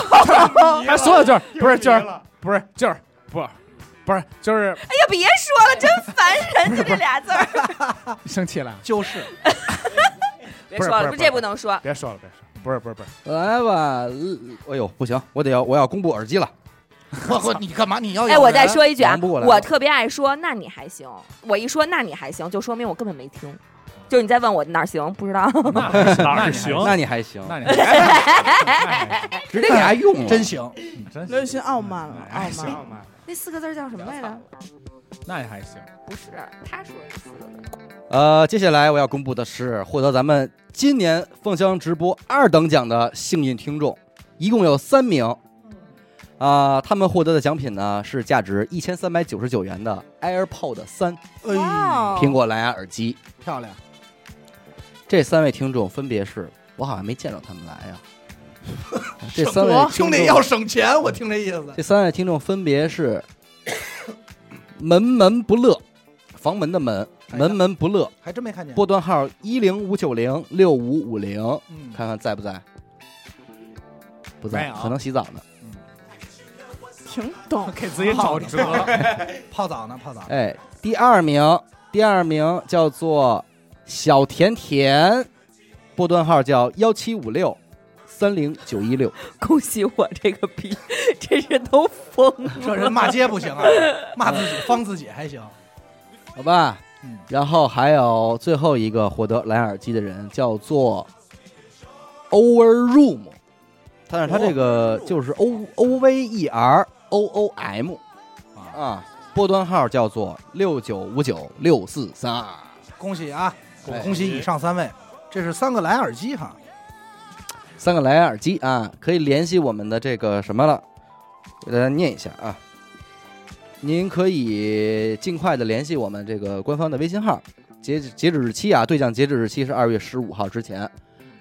[SPEAKER 4] 他所有就是
[SPEAKER 10] *laughs*
[SPEAKER 4] 不是就是不是就是不是不是就是
[SPEAKER 9] 哎呀，别说了，真烦人，就这俩字儿。
[SPEAKER 4] 生气了，
[SPEAKER 10] 就是
[SPEAKER 9] 别说了，
[SPEAKER 5] 不是不是
[SPEAKER 9] 这不能说。
[SPEAKER 4] 别说了别说了，不是不
[SPEAKER 10] *laughs*
[SPEAKER 4] 是不是，
[SPEAKER 5] 来吧，呃哎呦不行，我得要我要公布耳机了。
[SPEAKER 10] 我我你干嘛？你要
[SPEAKER 9] 哎，我再说一句啊
[SPEAKER 5] 忙，不过来了
[SPEAKER 9] 我特别爱说，那你还行。我一说那你还行，就说明我根本没听。就是你再问我哪儿行，不知道。
[SPEAKER 11] 哪
[SPEAKER 5] 那
[SPEAKER 11] 儿
[SPEAKER 5] 你
[SPEAKER 11] 行？
[SPEAKER 5] 那你还行，
[SPEAKER 4] 那你
[SPEAKER 5] *laughs* 直接给他用了，
[SPEAKER 10] 真行，
[SPEAKER 8] 刘雨欣傲慢了，傲慢哎
[SPEAKER 4] 行
[SPEAKER 8] 了。
[SPEAKER 4] 吗？
[SPEAKER 9] 那四个字儿叫什么来着？
[SPEAKER 4] 那也还行。
[SPEAKER 9] 不是，他说的四个字。
[SPEAKER 5] 呃，接下来我要公布的是获得咱们今年凤香直播二等奖的幸运听众，一共有三名。啊、他们获得的奖品呢是价值一千三百九十九元的 AirPod 三
[SPEAKER 10] 哎
[SPEAKER 9] 哇哦
[SPEAKER 5] 苹果蓝牙耳机。
[SPEAKER 10] 漂亮，
[SPEAKER 5] 这三位听众分别是，我好像没见着他们来呀。
[SPEAKER 10] *laughs*
[SPEAKER 5] 这三位听众
[SPEAKER 10] 省多兄弟要省钱，我听这意思。
[SPEAKER 5] 这三位听众分别是 *coughs* 门门不乐，房门的门，门门不乐，
[SPEAKER 10] 还真没看见
[SPEAKER 5] 拨段号一零五九零六五五零，
[SPEAKER 10] 嗯
[SPEAKER 5] 看看在不在？不
[SPEAKER 4] 没
[SPEAKER 5] 在
[SPEAKER 4] 有，
[SPEAKER 5] 可能洗澡呢。
[SPEAKER 8] 挺懂，
[SPEAKER 4] 给自己找辙。
[SPEAKER 10] 泡澡呢，泡澡。
[SPEAKER 5] 哎，第二名，第二名叫做小甜甜，拨段号叫幺七五六三零九一六。
[SPEAKER 9] 恭喜我这个逼，这人都疯 *laughs* 了。
[SPEAKER 10] 这人骂街不行啊，骂自己方自己还行。
[SPEAKER 5] 好吧。然后还有最后一个获得蓝牙耳机的人叫做 Overroom，但是他这个就是 O O V E R O O M 啊，波段号叫做六九五九六四三二。
[SPEAKER 10] 恭喜啊，
[SPEAKER 5] 哎
[SPEAKER 10] 恭喜以上三位，这是三个蓝牙耳机哈。
[SPEAKER 5] 三个蓝牙耳机啊，可以联系我们的这个什么了，给大家念一下啊。您可以尽快的联系我们这个官方的微信号，截止截止日期啊，对讲截止日期是二月十五号之前，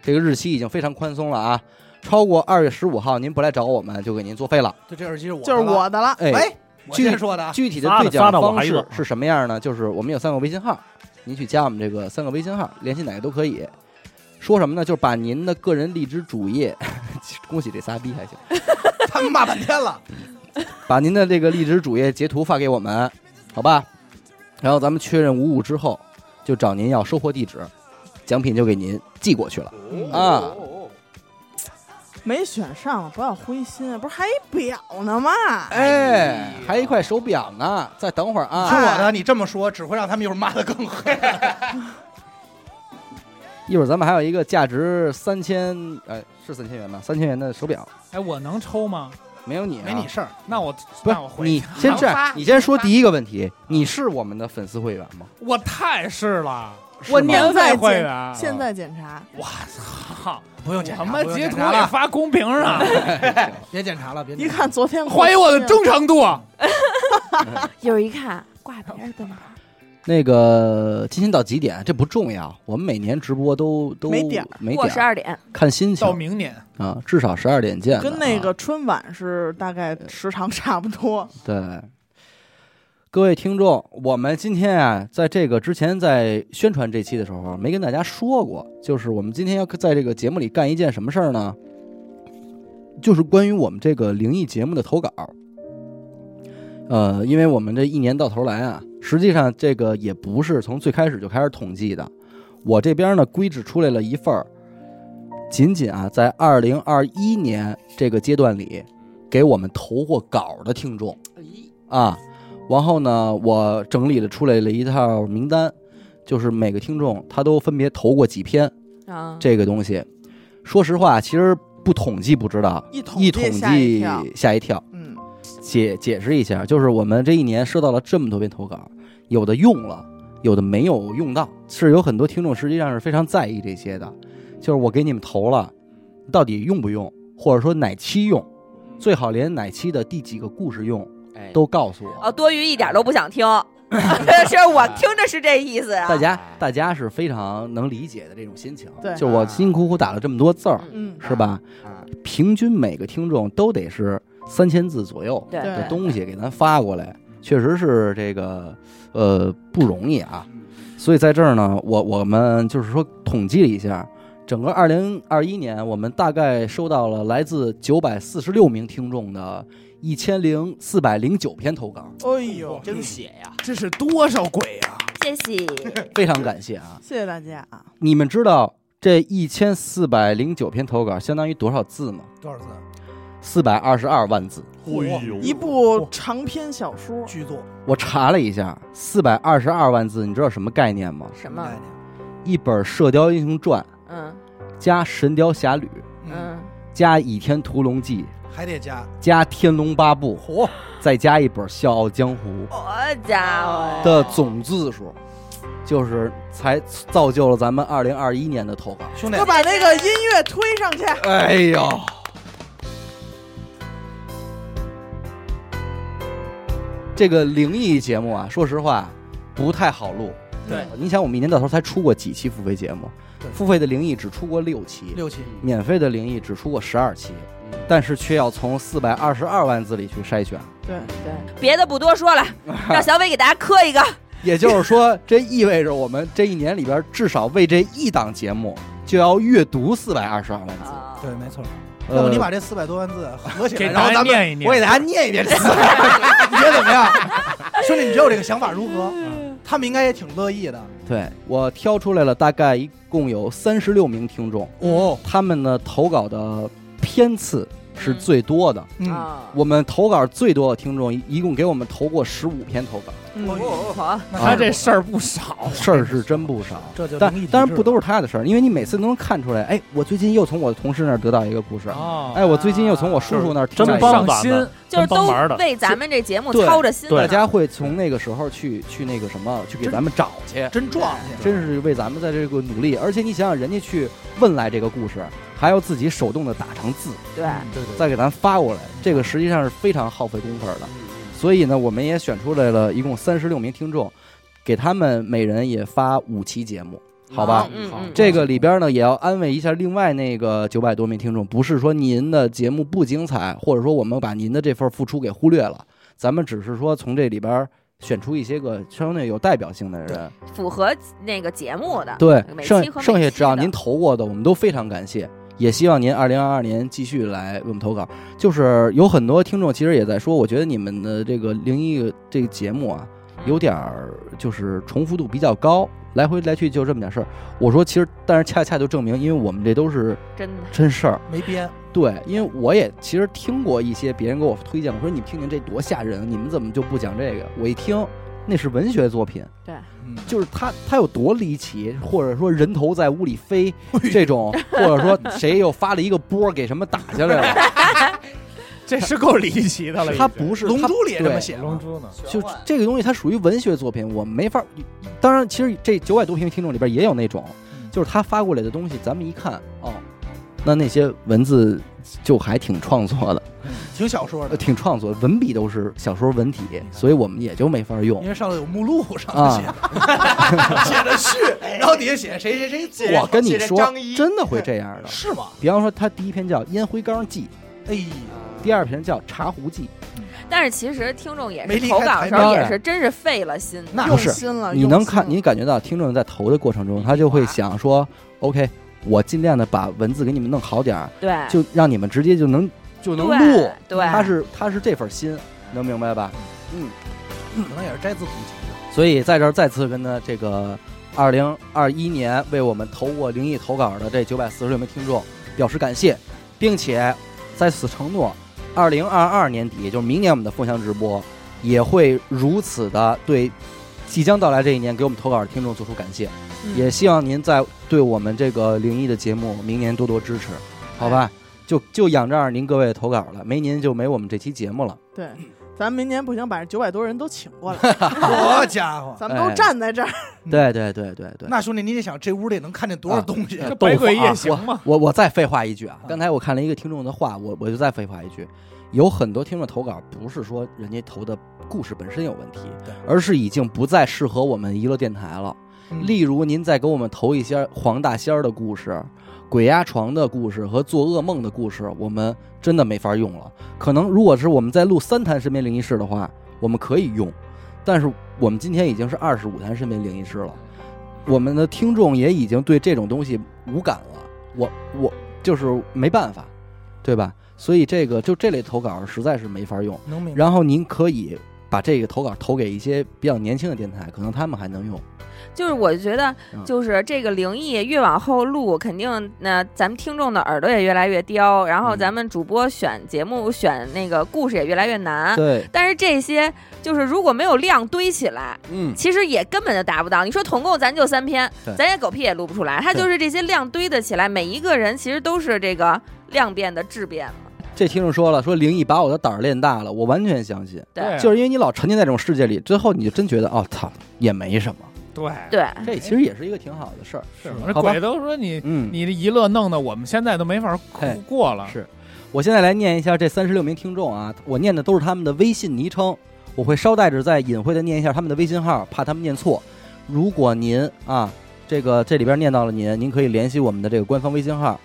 [SPEAKER 5] 这个日期已经非常宽松了啊。超过二月十五号您不来找我们，就给您作废了。
[SPEAKER 10] 就这耳机是我
[SPEAKER 8] 就是我的了。
[SPEAKER 5] 哎，
[SPEAKER 10] 我
[SPEAKER 5] 具
[SPEAKER 10] 先说的啊
[SPEAKER 5] 具体的
[SPEAKER 10] 发
[SPEAKER 5] 兑
[SPEAKER 10] 的
[SPEAKER 5] 奖
[SPEAKER 10] 发的我
[SPEAKER 5] 方
[SPEAKER 10] 还
[SPEAKER 5] 式
[SPEAKER 10] 有啊
[SPEAKER 5] 是什么样呢？就是我们有三个微信号，您去加我们这个三个微信号，联系哪个都可以。说什么呢？就是把您的个人荔枝主页， *laughs* 恭喜这仨逼还行，
[SPEAKER 10] 他们骂半天了，
[SPEAKER 5] 把您的这个荔枝主页截图发给我们，好吧？然后咱们确认无误之后，就找您要收货地址，奖品就给您寄过去了啊。
[SPEAKER 10] 哦
[SPEAKER 8] 没选上，不要灰心，啊不是还一表呢吗？
[SPEAKER 5] 哎，还一块手表呢，再等会儿
[SPEAKER 8] 哎
[SPEAKER 5] 啊。
[SPEAKER 10] 听我的，你这么说只会让他们一会儿骂的更狠。
[SPEAKER 5] 一会儿咱们还有一个价值三千，哎，是三千元吧？三千元的手表，
[SPEAKER 4] 哎，我能抽吗？
[SPEAKER 5] 没有你、啊，
[SPEAKER 4] 没你事
[SPEAKER 10] 儿。
[SPEAKER 4] 那我
[SPEAKER 5] 不
[SPEAKER 4] 那我
[SPEAKER 5] 是
[SPEAKER 4] 回
[SPEAKER 5] 你
[SPEAKER 4] 去啊
[SPEAKER 5] 先这样，你先说第一个问题，你是我们的粉丝会员吗？
[SPEAKER 4] 我太是了，
[SPEAKER 5] 是
[SPEAKER 4] 我
[SPEAKER 5] 吗
[SPEAKER 4] 年费
[SPEAKER 8] 现
[SPEAKER 4] 会
[SPEAKER 8] 在
[SPEAKER 4] 啊
[SPEAKER 8] 检，
[SPEAKER 4] 员
[SPEAKER 8] 现在检查，
[SPEAKER 4] 我操，
[SPEAKER 10] 不用检
[SPEAKER 4] 他
[SPEAKER 10] 查，
[SPEAKER 4] 妈
[SPEAKER 10] 不用
[SPEAKER 4] 截
[SPEAKER 10] 检
[SPEAKER 4] 图
[SPEAKER 10] 查
[SPEAKER 4] 也
[SPEAKER 10] 了，
[SPEAKER 4] 发公屏上， *laughs*
[SPEAKER 10] 别检查了，别检
[SPEAKER 8] 一看昨天
[SPEAKER 4] 怀疑我
[SPEAKER 8] 啊
[SPEAKER 4] 的忠诚度。啊
[SPEAKER 17] 有一看挂别人的码，
[SPEAKER 5] 那个今天到几点？这不重要，我们每年直播都都
[SPEAKER 8] 没点儿
[SPEAKER 5] 没
[SPEAKER 8] 过
[SPEAKER 5] 点
[SPEAKER 8] 12点
[SPEAKER 5] 看心情。
[SPEAKER 4] 到明年
[SPEAKER 5] 啊，至少十二点见吧。啊
[SPEAKER 8] 跟那个春晚是大概时长差不多。
[SPEAKER 5] 对，各位听众，我们今天啊，在这个之前在宣传这期的时候，啊没跟大家说过，就是我们今天要在这个节目里干一件什么事儿呢？就是关于我们这个灵异节目的投稿。呃，因为我们这一年到头来啊，实际上这个也不是从最开始就开始统计的，我这边呢规制出来了一份儿，仅仅啊在二零二一年这个阶段里，给我们投过稿的听众啊，然后呢，我整理了出来了一套名单，就是每个听众他都分别投过几篇
[SPEAKER 17] 啊
[SPEAKER 5] 这个东西。说实话，其实不统计不知道，一统
[SPEAKER 17] 计吓一
[SPEAKER 5] 计
[SPEAKER 17] 跳
[SPEAKER 5] 吓一跳。
[SPEAKER 8] 嗯，
[SPEAKER 5] 解解释一下，就是我们这一年收到了这么多篇投稿，有的用了，有的没有用到，是有很多听众实际上是非常在意这些的。就是我给你们投了，到底用不用，或者说哪期用，最好连哪期的第几个故事用
[SPEAKER 17] 哎
[SPEAKER 5] 都告诉我。
[SPEAKER 9] 哦，多余一点都不
[SPEAKER 5] *laughs*
[SPEAKER 9] 想听， *laughs* 是我听着是这意思啊。
[SPEAKER 5] 大家大家是非常能理解的这种心情，
[SPEAKER 9] 对
[SPEAKER 5] 就我辛辛苦苦打了这么多字儿，
[SPEAKER 9] 嗯
[SPEAKER 5] 是吧？平均每个听众都得是三千字左右
[SPEAKER 9] 对
[SPEAKER 5] 的
[SPEAKER 9] 对
[SPEAKER 5] 东西给咱发过来，确实是这个呃不容易啊。
[SPEAKER 9] 嗯
[SPEAKER 5] 所以在这儿呢，我我们就是说统计了一下，整个二零二一年，我们大概收到了来自九百四十六名听众的一千零四百零九篇投稿，
[SPEAKER 8] 哎呦，
[SPEAKER 6] 真写呀！
[SPEAKER 4] 这是多少鬼啊呀、
[SPEAKER 9] 谢谢，
[SPEAKER 5] 非常感谢啊！
[SPEAKER 8] 谢谢大家啊！
[SPEAKER 5] 你们知道这一千四百零九篇投稿相当于多少字吗？
[SPEAKER 10] 多少字？
[SPEAKER 5] 四百二十二万字。
[SPEAKER 8] 一部长篇小说
[SPEAKER 10] 巨作，
[SPEAKER 5] 我查了一下，四百二十二万字，你知道什么概念吗？
[SPEAKER 9] 什么？
[SPEAKER 5] 一本《射雕英雄传
[SPEAKER 9] 嗯》
[SPEAKER 5] 加《神雕侠侣》
[SPEAKER 9] 嗯，
[SPEAKER 5] 加《倚天屠龙记
[SPEAKER 10] 还得加》。
[SPEAKER 5] 加《天龙八部》，
[SPEAKER 10] 嚯，
[SPEAKER 5] 再加一本《笑傲江湖
[SPEAKER 9] 好家》伙，
[SPEAKER 5] 的总字数，就是才造就了咱们二零二一年的投稿。
[SPEAKER 10] 兄
[SPEAKER 8] 就把那个音乐推上去。
[SPEAKER 5] 哎呦！这个灵异节目啊，说实话不太好录。
[SPEAKER 10] 对，
[SPEAKER 5] 你想我们一年到头才出过几期付费节目？付费的灵异只出过六期，
[SPEAKER 10] 六期
[SPEAKER 5] 免费的灵异只出过十二期，
[SPEAKER 10] 嗯
[SPEAKER 5] 但是却要从四百二十二万字里去筛选。
[SPEAKER 8] 对
[SPEAKER 9] 对，别的不多说 *laughs* 了，让小伟给大家磕一个。
[SPEAKER 5] 也就是说，这意味着我们这一年里边至少为这一档节目就要阅读四百二十二万字。
[SPEAKER 10] 对，没错。
[SPEAKER 5] 呃
[SPEAKER 10] 啊要不你把这四百多万字合起
[SPEAKER 5] 给
[SPEAKER 10] 来，然后
[SPEAKER 5] 大家
[SPEAKER 10] 咱们
[SPEAKER 5] 念一念
[SPEAKER 10] 我给大家念一遍这四百，你觉得怎么样？兄弟，你觉得我这个想法如何？
[SPEAKER 8] 嗯
[SPEAKER 10] 他们应该也挺乐意的。
[SPEAKER 5] 对我挑出来了，大概一共有三十六名听众
[SPEAKER 10] 哦，
[SPEAKER 5] 他们呢投稿的篇次是最多的。
[SPEAKER 10] 嗯
[SPEAKER 9] 啊
[SPEAKER 5] 我们投稿最多的听众，一共给我们投过十五篇投稿，
[SPEAKER 9] 我哦好，啊
[SPEAKER 5] 他这
[SPEAKER 4] 事儿不少，
[SPEAKER 5] 事儿是真不少。
[SPEAKER 10] 这就
[SPEAKER 5] 但
[SPEAKER 10] 灵异体质
[SPEAKER 5] 当然不都是他的事儿，因为你每次都能看出来，哎，我最近又从我的同事那儿得到一个故事，
[SPEAKER 4] 哦
[SPEAKER 5] 哎，我最近又从我叔叔那儿
[SPEAKER 11] 就是真
[SPEAKER 5] 听到一个
[SPEAKER 11] 帮咱们
[SPEAKER 9] 就是都为咱们这节目
[SPEAKER 5] 对
[SPEAKER 9] 操着心呢。
[SPEAKER 5] 大家会从那个时候去去那个什么，去给咱们找去，
[SPEAKER 10] 真啊撞
[SPEAKER 5] 去，真是为咱们在这个努力。而且你想想，人家去问来这个故事，还要自己手动的打成字，
[SPEAKER 9] 对
[SPEAKER 10] 对
[SPEAKER 5] 再给咱发过来，这个实际上是非常耗费功夫的。所以呢，我们也选出来了一共三十六名听众，给他们每人也发五期节目。好吧？
[SPEAKER 3] 嗯嗯嗯
[SPEAKER 5] 这个里边呢也要安慰一下另外那个九百多名听众，不是说您的节目不精彩，或者说我们把您的这份付出给忽略了，咱们只是说从这里边选出一些个相对有代表性的人。
[SPEAKER 9] 符合那个节目的，
[SPEAKER 5] 对，
[SPEAKER 9] 每
[SPEAKER 5] 剩
[SPEAKER 9] 期和
[SPEAKER 5] 剩
[SPEAKER 9] 每
[SPEAKER 5] 下
[SPEAKER 9] 期
[SPEAKER 5] 只要您投过的，我们都非常感谢，也希望您二零二二年继续来为我们投稿。就是有很多听众其实也在说，我觉得你们的这个灵异这个节目啊，有点儿就是重复度比较高，来回来去就这么点事儿。我说其实，但是恰恰就证明，因为我们这都是
[SPEAKER 9] 真的
[SPEAKER 5] 真事儿，
[SPEAKER 10] 没编。
[SPEAKER 5] 对，因为我也其实听过一些别人给我推荐，我说你们听听这多吓人，你们怎么就不讲这个？我一听，那是文学作品，
[SPEAKER 9] 对，
[SPEAKER 5] 就是它它有多离奇，或者说人头在屋里飞这种，或者说谁又发了一个波儿给什么打下来了，
[SPEAKER 4] 这是够离奇的了已经。
[SPEAKER 5] 它哎不是
[SPEAKER 4] 龙
[SPEAKER 5] 它
[SPEAKER 4] 珠里也这么
[SPEAKER 5] 对
[SPEAKER 4] 写龙珠呢？
[SPEAKER 5] 就这个东西它属于文学作品，我没法。当然，其实这九百多名听众里边也有那种，就是他发过来的东西，咱们一看哦，那那些文字就还挺创作的。
[SPEAKER 10] 挺小说
[SPEAKER 5] 呃
[SPEAKER 10] 的，
[SPEAKER 5] 挺创作，文笔都是小说文体，所以我们也就没法用
[SPEAKER 10] 因。为上头有目录上头
[SPEAKER 5] 呃啊
[SPEAKER 10] 写，
[SPEAKER 5] *laughs*
[SPEAKER 10] 写的序，然后底下写谁谁谁做。
[SPEAKER 5] 我跟你说
[SPEAKER 10] 张一，
[SPEAKER 5] 真的会这样的，
[SPEAKER 10] *laughs* 是吗？
[SPEAKER 5] 比方说，他第一篇叫《烟灰缸记》，
[SPEAKER 10] 哎呀，
[SPEAKER 5] 第二篇叫《茶壶记
[SPEAKER 9] 但是其实听众也
[SPEAKER 5] 没
[SPEAKER 9] 是
[SPEAKER 5] 离
[SPEAKER 9] 投
[SPEAKER 5] 开
[SPEAKER 9] 稿
[SPEAKER 5] 台
[SPEAKER 9] 的时候
[SPEAKER 5] 面
[SPEAKER 9] 也
[SPEAKER 5] 儿
[SPEAKER 9] 是真是费了心，》，
[SPEAKER 5] 不是
[SPEAKER 8] 啊
[SPEAKER 5] 你能看，你感觉到听众在投的过程中，他就会想说，OK，我尽量的把文字给你们弄好点儿，
[SPEAKER 9] 对
[SPEAKER 5] 就让你们直接就能就能
[SPEAKER 9] 哎对
[SPEAKER 5] 录，
[SPEAKER 9] 对
[SPEAKER 5] 他是他是这份心，能明白吧？嗯，
[SPEAKER 10] 可能也是摘自古籍的。
[SPEAKER 5] 所以在这儿再次跟呢这个二零二一年为我们投过灵异投稿的这九百四十六名听众表示感谢，并且在此承诺，二零二二年底，也就是明年我们的风箱直播也会如此的对即将到来这一年给我们投稿的听众做出感谢，
[SPEAKER 3] 嗯
[SPEAKER 5] 也希望您在对我们这个灵异的节目明年多多支持，好吧？就就仰仗您各位的投稿了，没您就没我们这期节目了。
[SPEAKER 8] 对，咱们明年不行，把这九百多人都请
[SPEAKER 5] *laughs*
[SPEAKER 8] 过来。
[SPEAKER 10] 好家伙，
[SPEAKER 8] 咱们
[SPEAKER 5] 哎
[SPEAKER 8] 都站在这儿，
[SPEAKER 5] 对对对对对，
[SPEAKER 10] 那兄弟，你得想这屋里能看见多少东西？
[SPEAKER 5] 啊啊？我我我再废话一句啊，刚才我看了一个听众的话，我我就再废话一句，有很多听众投稿不是说人家投的故事本身有问题，而是已经不再适合我们娱乐电台了。例如，您再给我们投一些黄大仙儿的故事、鬼压床的故事和做噩梦的故事，我们真的没法用了。可能如果是我们在录三坛身边灵异事的话，我们可以用，但是我们今天已经是二十五坛身边灵异事了。我们的听众也已经对这种东西无感了，我我就是没办法，对吧？所以这个就这类投稿实在是没法用。
[SPEAKER 10] 能明白
[SPEAKER 5] 然后您可以把这个投稿投给一些比较年轻的电台，可能他们还能用。
[SPEAKER 9] 就是我觉得
[SPEAKER 5] 嗯，
[SPEAKER 9] 就是这个灵异越往后录，肯定那咱们听众的耳朵也越来越刁，然
[SPEAKER 5] 嗯
[SPEAKER 9] 后咱们主播选节目、选那个故事也越来越难。
[SPEAKER 3] 对
[SPEAKER 9] 但是这些就是如果没有量堆起来，
[SPEAKER 3] 嗯
[SPEAKER 9] 其实也根本就达不到。你说统共咱就三篇
[SPEAKER 3] 对，
[SPEAKER 9] 咱也狗屁也录不出来。它
[SPEAKER 5] 对
[SPEAKER 9] 就是这些量堆的起来，每一个人其实都是这个量变的质变了。
[SPEAKER 5] 这听众说了，说灵异把我的胆儿练大了，我完全相信。
[SPEAKER 9] 对
[SPEAKER 10] 哎
[SPEAKER 9] 啊
[SPEAKER 5] 就是因为你老沉浸在这种世界里，之后你就真觉得，哦，操，也没什么。
[SPEAKER 4] 对
[SPEAKER 9] 对，
[SPEAKER 10] 哎
[SPEAKER 5] 这其实也是一个挺好的事儿。
[SPEAKER 4] 是，
[SPEAKER 5] 好
[SPEAKER 4] 这
[SPEAKER 5] 吧
[SPEAKER 4] 鬼都说你
[SPEAKER 5] 嗯
[SPEAKER 4] 你的娱乐弄得我们现在都没法
[SPEAKER 5] 哎
[SPEAKER 4] 过了。
[SPEAKER 5] 是，我现在来念一下这三十六名听众啊，我念的都是他们的微信昵称，我会捎带着再隐晦的念一下他们的微信号，怕他们念错。如果您啊，这个这里边念到了您，您可以联系我们的这个官方微信号，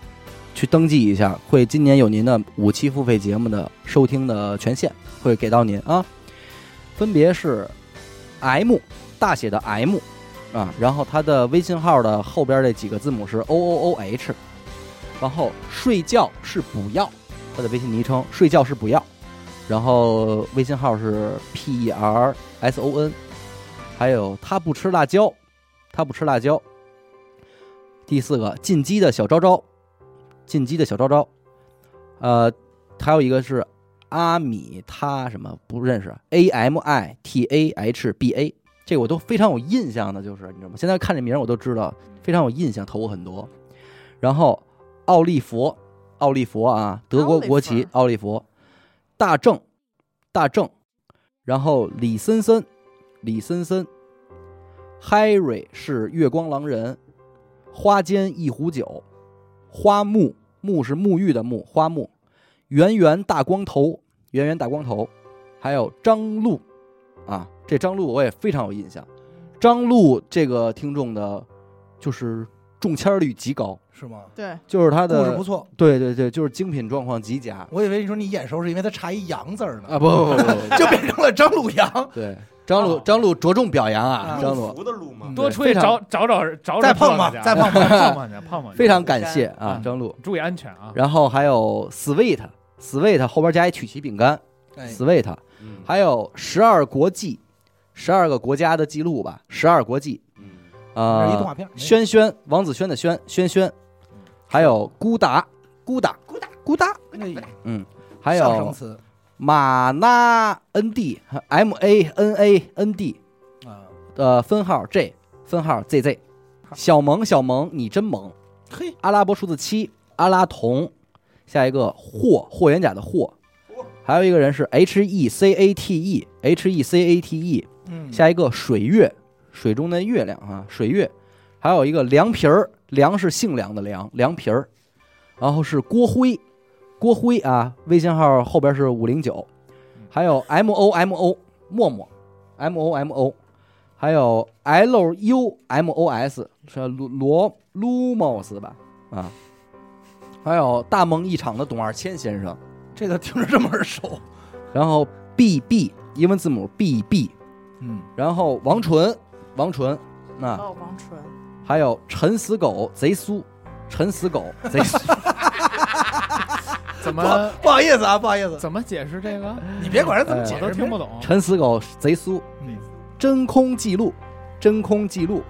[SPEAKER 5] 去登记一下，会今年有您的五期付费节目的收听的权限会给到您啊。分别是 M 大写的 M 啊，然后它的微信号的后边这几个字母是 O O O H，然后睡觉是不要，它的微信昵称睡觉是不要，然后微信号是 P E R S O N，还有他不吃辣椒，他不吃辣椒。第四个进击的小昭昭，进击的小昭昭，呃，还有一个是阿米他什么不认识，A 啊 M I T A H B A，这个我都非常有印象的，就是你知道吗？现在看这名儿我都知道，非常有印象，投过很多。然后奥利佛，奥利佛啊，德国国旗，奥利佛，大正，大正，然后李森森，李森森，Harry 是月光狼人，花间一壶酒，花木木是沐浴的木，花木，圆圆大光头，圆圆大光头，还有张璐，啊，这张璐我也非常有印象。张璐这个听众的就是中签率极高，
[SPEAKER 10] 是吗？
[SPEAKER 8] 对，
[SPEAKER 5] 就是它的
[SPEAKER 10] 故事不错。
[SPEAKER 5] 对对对，就是精品状况极佳
[SPEAKER 10] 我以为你说你眼熟是因为他差一“羊”字儿呢
[SPEAKER 5] 啊！不
[SPEAKER 10] *laughs*
[SPEAKER 5] 不不不不，
[SPEAKER 10] 就变成了张鲁阳。
[SPEAKER 5] 对，张鲁张鲁着重表扬啊，
[SPEAKER 10] 啊
[SPEAKER 5] 张
[SPEAKER 10] 祝
[SPEAKER 5] 鲁
[SPEAKER 10] 福
[SPEAKER 5] 的鲁嘛
[SPEAKER 4] 多出去找找找找
[SPEAKER 5] 再碰
[SPEAKER 4] 吧
[SPEAKER 5] 吧，再
[SPEAKER 4] 再碰
[SPEAKER 5] 碰
[SPEAKER 4] *laughs* 碰
[SPEAKER 5] 吧
[SPEAKER 4] 碰碰去，碰碰去。
[SPEAKER 5] 非常感谢啊，张鲁，
[SPEAKER 4] 注意安全啊！
[SPEAKER 5] 然后还有 sweet sweet 后边加一曲奇饼干
[SPEAKER 4] 哎
[SPEAKER 5] ，sweet，还有十二国际，十二个国家的记录吧，十二国际，
[SPEAKER 10] 那是一动
[SPEAKER 5] 呃
[SPEAKER 10] 画片，
[SPEAKER 5] 轩轩，王子轩的轩，轩轩，还有孤达，孤达，孤达，孤达，
[SPEAKER 10] 哎
[SPEAKER 5] 嗯，还
[SPEAKER 10] 上升
[SPEAKER 5] 有
[SPEAKER 10] 词
[SPEAKER 5] 马纳 N D M A N A N D，呃，
[SPEAKER 10] 啊
[SPEAKER 5] 分号 J，分号 Z Z，小萌小萌，你真萌，
[SPEAKER 10] 嘿，
[SPEAKER 5] 阿拉伯数字七，阿拉童，下一个霍霍元甲的霍，还有一个人是 H E C A T E H E C A T E，
[SPEAKER 10] 嗯
[SPEAKER 5] 下一个水月，水中的月亮啊，水月，还有一个凉皮儿，凉是姓梁的梁，凉皮儿，然后是郭辉，郭辉啊，微信号后边是五零九，还有 M O M O 默默，M O M O，还有 L U M O S 是罗罗 Lumos 吧啊，还有大梦一场的董二千先生，
[SPEAKER 10] 这个听着这么耳熟。
[SPEAKER 5] 然后 B B 英文字母 B B，
[SPEAKER 10] 嗯，
[SPEAKER 5] 然后王纯，王纯啊，
[SPEAKER 8] 哦，王纯，
[SPEAKER 5] 还有沉死狗贼苏，沉死
[SPEAKER 10] *laughs*
[SPEAKER 5] 狗贼苏。
[SPEAKER 4] *laughs* 怎
[SPEAKER 10] 不
[SPEAKER 4] 么
[SPEAKER 10] 好不好意思啊，不好意思，
[SPEAKER 4] 怎么解释这个？
[SPEAKER 10] *laughs* 你别管人怎
[SPEAKER 5] 哎
[SPEAKER 10] 么解
[SPEAKER 4] 我都
[SPEAKER 10] 释，
[SPEAKER 4] 听不懂。
[SPEAKER 5] 沉死狗贼苏，真空记录，真空记录，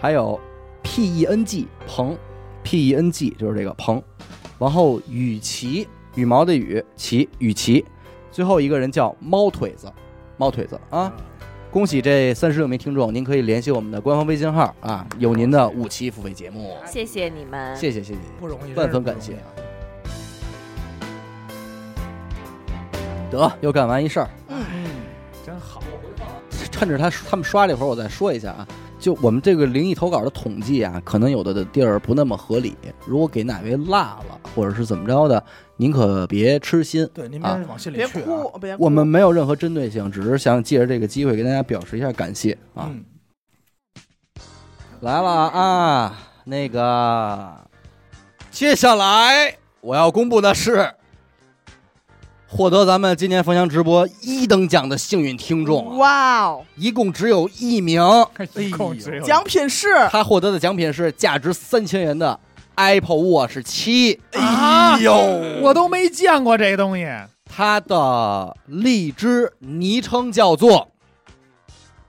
[SPEAKER 5] 还有 P E N G 鹏，P E N G 就是这个鹏，然后羽旗羽毛的羽旗羽旗，最后一个人叫猫腿子，猫腿子啊。恭喜这三十六名听众，您可以联系我们的官方微信号啊，有您的五期付费节目，
[SPEAKER 9] 谢谢你们，
[SPEAKER 5] 谢谢谢谢，
[SPEAKER 10] 不容易
[SPEAKER 5] 万分感谢啊。得，又干完一事儿，
[SPEAKER 4] 嗯，真好。
[SPEAKER 5] 趁着他他们刷这会儿，我再说一下啊。就我们这个灵异投稿的统计啊，可能有的的地儿不那么合理。如果给哪位落了，或者是怎么着的，您可别痴心。
[SPEAKER 10] 对，您别
[SPEAKER 5] 啊，
[SPEAKER 10] 往心里
[SPEAKER 8] 别
[SPEAKER 10] 去啊。
[SPEAKER 8] 哭，别哭
[SPEAKER 5] 我们没有任何针对性，只是想借着这个机会给大家表示一下感谢啊。
[SPEAKER 10] 嗯
[SPEAKER 5] 来了啊，那个，接下来我要公布的是获得咱们今年冯翔直播一等奖的幸运听众啊，
[SPEAKER 8] 哇哦，
[SPEAKER 5] 一共只有一名。
[SPEAKER 8] 奖品是
[SPEAKER 5] *laughs* 他获得的奖品是价值三千元的 Apple Watch 七。
[SPEAKER 4] 哎
[SPEAKER 5] 呦
[SPEAKER 4] 我都没见过这东西。
[SPEAKER 5] 它的荔枝昵称叫做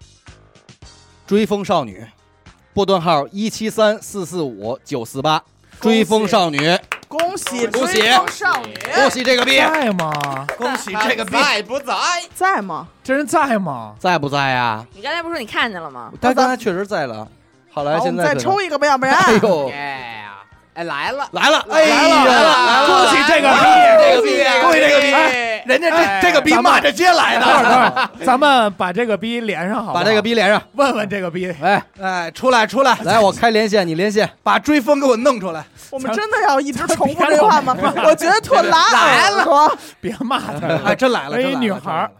[SPEAKER 5] “追风少女”，拨段号一七三四四五九四八。追风少女，
[SPEAKER 8] 恭喜
[SPEAKER 5] 恭喜
[SPEAKER 8] 追风少女，
[SPEAKER 5] 恭喜这个币
[SPEAKER 4] 在吗？
[SPEAKER 10] 恭喜这个币
[SPEAKER 8] 不在？在吗？
[SPEAKER 4] 这人在吗？
[SPEAKER 5] 在不在呀？
[SPEAKER 9] 你刚才不是说你看见了吗？
[SPEAKER 5] 他刚才确实在了，后来
[SPEAKER 8] 好，我
[SPEAKER 5] 现
[SPEAKER 8] 们
[SPEAKER 5] 在
[SPEAKER 8] 再
[SPEAKER 5] 可能
[SPEAKER 8] 抽一个吧，要不然，
[SPEAKER 5] *laughs* 哎呦，
[SPEAKER 16] 哎，来了，
[SPEAKER 5] 来了，
[SPEAKER 16] 哎呀
[SPEAKER 5] 来了来了，
[SPEAKER 16] 恭喜这个
[SPEAKER 5] 来
[SPEAKER 16] 逼
[SPEAKER 5] 了恭喜这个
[SPEAKER 16] 恭喜这个逼
[SPEAKER 5] 逼，哎
[SPEAKER 10] 人家这
[SPEAKER 5] 哎
[SPEAKER 10] 这个逼
[SPEAKER 5] 咱们
[SPEAKER 10] 骂着街来的
[SPEAKER 4] 等会儿等会儿，咱们把这个逼连上好不好，
[SPEAKER 5] 把这个逼连上，
[SPEAKER 4] 问问这个逼，
[SPEAKER 5] 哎
[SPEAKER 10] 哎，出来出来，
[SPEAKER 5] 来，我开连线，你连线，
[SPEAKER 10] 把追风给我弄出来。
[SPEAKER 8] 我们真的要一直重复这话吗？我觉得特拉
[SPEAKER 10] 来了
[SPEAKER 8] 了，
[SPEAKER 4] 别骂他了，
[SPEAKER 10] 哎真来了
[SPEAKER 4] 哎
[SPEAKER 10] 真来了
[SPEAKER 4] 女孩儿，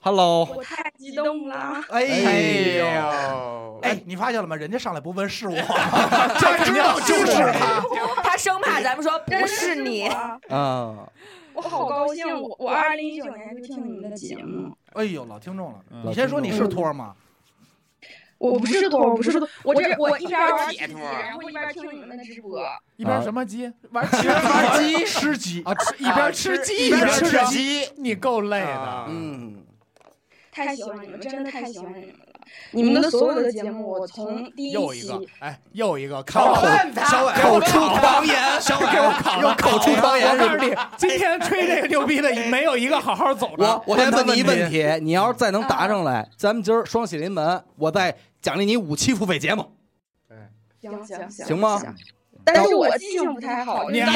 [SPEAKER 5] Hello，
[SPEAKER 18] 太激动了！
[SPEAKER 10] 哎
[SPEAKER 5] 呦，
[SPEAKER 10] 哎，你发现了吗？人家上来不问是我，
[SPEAKER 9] 他
[SPEAKER 10] 知道就是
[SPEAKER 18] 啊
[SPEAKER 9] 他，他生怕咱们说不是你。
[SPEAKER 5] 啊，
[SPEAKER 18] 我好高兴，我我二零一九年就听你们的节目，
[SPEAKER 10] 哎呦，老听众了，你先说你是托儿吗？
[SPEAKER 18] 我不是托，我不是托， *laughs* 我这
[SPEAKER 3] 我
[SPEAKER 18] 我一边玩
[SPEAKER 3] 解脱
[SPEAKER 18] 然后一边听你们的直播。
[SPEAKER 4] 一边什么鸡？
[SPEAKER 10] 玩吃
[SPEAKER 4] 玩
[SPEAKER 10] 鸡吃鸡
[SPEAKER 4] 啊，吃一边吃鸡
[SPEAKER 10] 一边
[SPEAKER 4] 吃
[SPEAKER 10] 吃
[SPEAKER 4] 鸡，你够累的。
[SPEAKER 5] 嗯，
[SPEAKER 18] 太喜欢你们，真的太喜欢你们了！
[SPEAKER 4] 你
[SPEAKER 18] 你
[SPEAKER 4] 们
[SPEAKER 18] 们
[SPEAKER 4] 的
[SPEAKER 18] 的
[SPEAKER 4] 所
[SPEAKER 18] 所
[SPEAKER 4] 有
[SPEAKER 18] 有
[SPEAKER 4] 的
[SPEAKER 18] 的
[SPEAKER 4] 节
[SPEAKER 18] 节
[SPEAKER 4] 目
[SPEAKER 18] 目，
[SPEAKER 4] 我
[SPEAKER 18] 我
[SPEAKER 4] 从
[SPEAKER 18] 从第
[SPEAKER 4] 又
[SPEAKER 18] 一
[SPEAKER 4] 一
[SPEAKER 18] 期
[SPEAKER 4] 个，哎，又一个
[SPEAKER 10] 考问他
[SPEAKER 5] 哎
[SPEAKER 4] 口
[SPEAKER 10] 口出狂言小伟
[SPEAKER 4] *laughs* 给我考
[SPEAKER 10] 又口出狂言
[SPEAKER 4] 我告诉你，今天吹这个牛逼的没有一个好好走的
[SPEAKER 5] 我。我先问你一问题，你要是再能答上来，咱们今儿双喜临门，我再奖励你五期付费节目，
[SPEAKER 18] 行行行
[SPEAKER 5] 行吗？？
[SPEAKER 18] 但是我记性不太好，你
[SPEAKER 10] 哎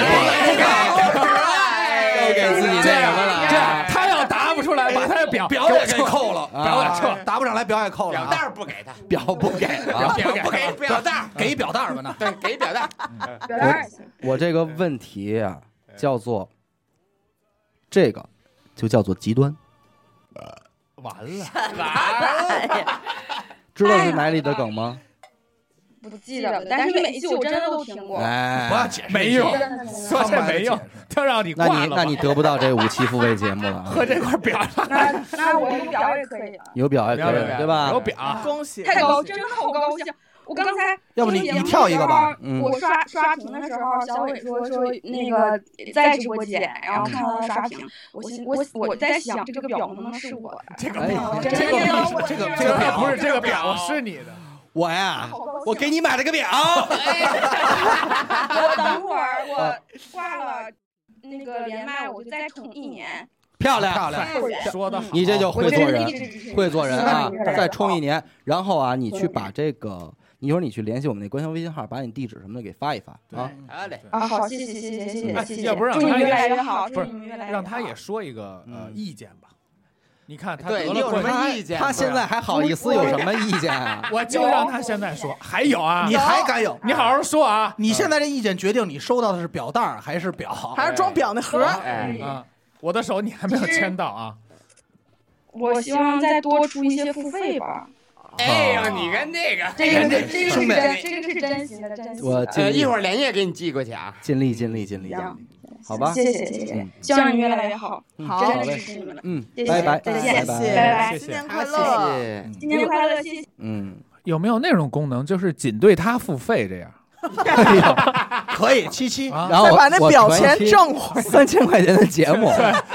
[SPEAKER 5] 又给自己这什么了？
[SPEAKER 4] 这样他要答不出来，把他的表
[SPEAKER 10] 表也给扣了，
[SPEAKER 5] 啊
[SPEAKER 10] 表也扣了，答不上来表也扣了啊，表带不给他，
[SPEAKER 5] 表不给啊！
[SPEAKER 10] 表不给，表带给表带吧那，对，给表带，
[SPEAKER 18] 表达一下。
[SPEAKER 5] 我这个问题啊，
[SPEAKER 4] 哎
[SPEAKER 5] 叫做这个就叫做极端，
[SPEAKER 4] 完了，
[SPEAKER 5] 知道是哪里的梗吗？
[SPEAKER 18] 不记得了，但是每一期我真的都听过。
[SPEAKER 5] 哎，
[SPEAKER 10] 不要解释
[SPEAKER 4] 没用
[SPEAKER 18] 真的没有
[SPEAKER 4] 说这没用，就让你
[SPEAKER 5] 那
[SPEAKER 4] 挂
[SPEAKER 5] 你
[SPEAKER 4] 了吧。
[SPEAKER 5] 那你得不到这五期付费节目了啊，
[SPEAKER 4] *laughs* 和这块表
[SPEAKER 18] 那那我有表也可以了，
[SPEAKER 5] 有表也可
[SPEAKER 4] 有表有
[SPEAKER 5] 以
[SPEAKER 4] 表
[SPEAKER 5] 哎对吧？
[SPEAKER 4] 有表
[SPEAKER 8] 恭喜
[SPEAKER 18] 太高，真的好高兴。我刚才
[SPEAKER 5] 要不你
[SPEAKER 18] 听节目
[SPEAKER 5] 你跳一个吧
[SPEAKER 18] 的时候
[SPEAKER 5] 嗯
[SPEAKER 18] 我刷刷屏的时候，小伟说说那个在直播间，然后看到他刷屏，我心我我在想这个表能不能是我的？
[SPEAKER 4] 这个
[SPEAKER 5] 哎
[SPEAKER 18] 表真的
[SPEAKER 10] 这个
[SPEAKER 4] 这
[SPEAKER 10] 这个
[SPEAKER 4] 个
[SPEAKER 10] 表
[SPEAKER 4] 不是这个表是你的，
[SPEAKER 5] 我呀，我给你买了个表。
[SPEAKER 18] 我等会儿我挂了那个连麦，我就再充一年。
[SPEAKER 5] 漂亮，
[SPEAKER 18] 漂亮
[SPEAKER 4] 哎
[SPEAKER 18] 会员说得好
[SPEAKER 5] 你这就会做人
[SPEAKER 18] 我真的一直支持，
[SPEAKER 5] 会做人啊
[SPEAKER 18] 是的！
[SPEAKER 5] 再充一年，然后啊，你去把这个，一会儿你去联系我们那官方微信号，把你地址什么的给发一发啊！
[SPEAKER 18] 好嘞，啊好，谢谢谢谢谢谢谢谢，
[SPEAKER 4] 要不让
[SPEAKER 18] 祝你
[SPEAKER 4] 他
[SPEAKER 18] 越
[SPEAKER 4] 也
[SPEAKER 18] 来越好，
[SPEAKER 4] 不
[SPEAKER 18] 祝
[SPEAKER 4] 是
[SPEAKER 18] 你越来越
[SPEAKER 4] 让
[SPEAKER 18] 好。
[SPEAKER 4] 他也说一个呃
[SPEAKER 10] 嗯
[SPEAKER 4] 意见吧。你看他
[SPEAKER 5] 对
[SPEAKER 4] 得
[SPEAKER 5] 你有
[SPEAKER 4] 了冠
[SPEAKER 5] 什么
[SPEAKER 4] 军
[SPEAKER 5] 意见他现在还好意思有什么意见啊 *laughs*
[SPEAKER 4] 我就让他现在 *laughs* 说，还有啊，
[SPEAKER 10] 你还敢有？
[SPEAKER 4] 你好好说啊！
[SPEAKER 10] 你现在这意见决定你收到的是表带儿还
[SPEAKER 3] *laughs*
[SPEAKER 10] 是表，
[SPEAKER 4] 还是装
[SPEAKER 8] 表那盒儿
[SPEAKER 4] 哎啊，我的手你还没有牵到啊！
[SPEAKER 18] 我希望再多出一些付费吧。
[SPEAKER 3] 哎呦，你看那个，
[SPEAKER 18] 这个这这个
[SPEAKER 3] 兄
[SPEAKER 18] 是
[SPEAKER 3] 弟
[SPEAKER 18] 真，这个是真心的，真心
[SPEAKER 5] 我
[SPEAKER 18] 的。
[SPEAKER 5] 尽力
[SPEAKER 3] 啊一会儿连夜给你寄过去啊。
[SPEAKER 5] *laughs* 尽力，尽力，尽力，尽力，好吧？
[SPEAKER 18] 谢谢谢谢
[SPEAKER 5] 嗯，
[SPEAKER 18] 希望你越来越好，
[SPEAKER 5] 好
[SPEAKER 18] 真
[SPEAKER 5] 嘞
[SPEAKER 18] 的支持你们了，
[SPEAKER 5] 嗯
[SPEAKER 18] 谢谢
[SPEAKER 5] 拜拜
[SPEAKER 18] 再
[SPEAKER 5] 拜
[SPEAKER 18] 见，拜
[SPEAKER 5] 拜
[SPEAKER 4] 哎
[SPEAKER 5] 谢
[SPEAKER 18] 拜，
[SPEAKER 5] 谢
[SPEAKER 18] 新年
[SPEAKER 5] 快
[SPEAKER 18] 乐
[SPEAKER 5] 谢谢
[SPEAKER 18] 新年快乐，谢谢。
[SPEAKER 5] 嗯，
[SPEAKER 4] 有没有那种功能，就是仅对他付费这样？
[SPEAKER 10] *laughs*
[SPEAKER 4] 啊
[SPEAKER 10] 可以七
[SPEAKER 4] *laughs*
[SPEAKER 10] 七，
[SPEAKER 4] 然
[SPEAKER 5] 然
[SPEAKER 18] 哦
[SPEAKER 5] 后
[SPEAKER 4] 后
[SPEAKER 5] 我我传 *laughs* 一期三
[SPEAKER 4] 三
[SPEAKER 5] 千
[SPEAKER 4] 千
[SPEAKER 5] 块
[SPEAKER 4] 块
[SPEAKER 5] 钱
[SPEAKER 4] 钱
[SPEAKER 5] 的
[SPEAKER 4] 的
[SPEAKER 5] 节
[SPEAKER 4] 节
[SPEAKER 5] 目
[SPEAKER 4] 目，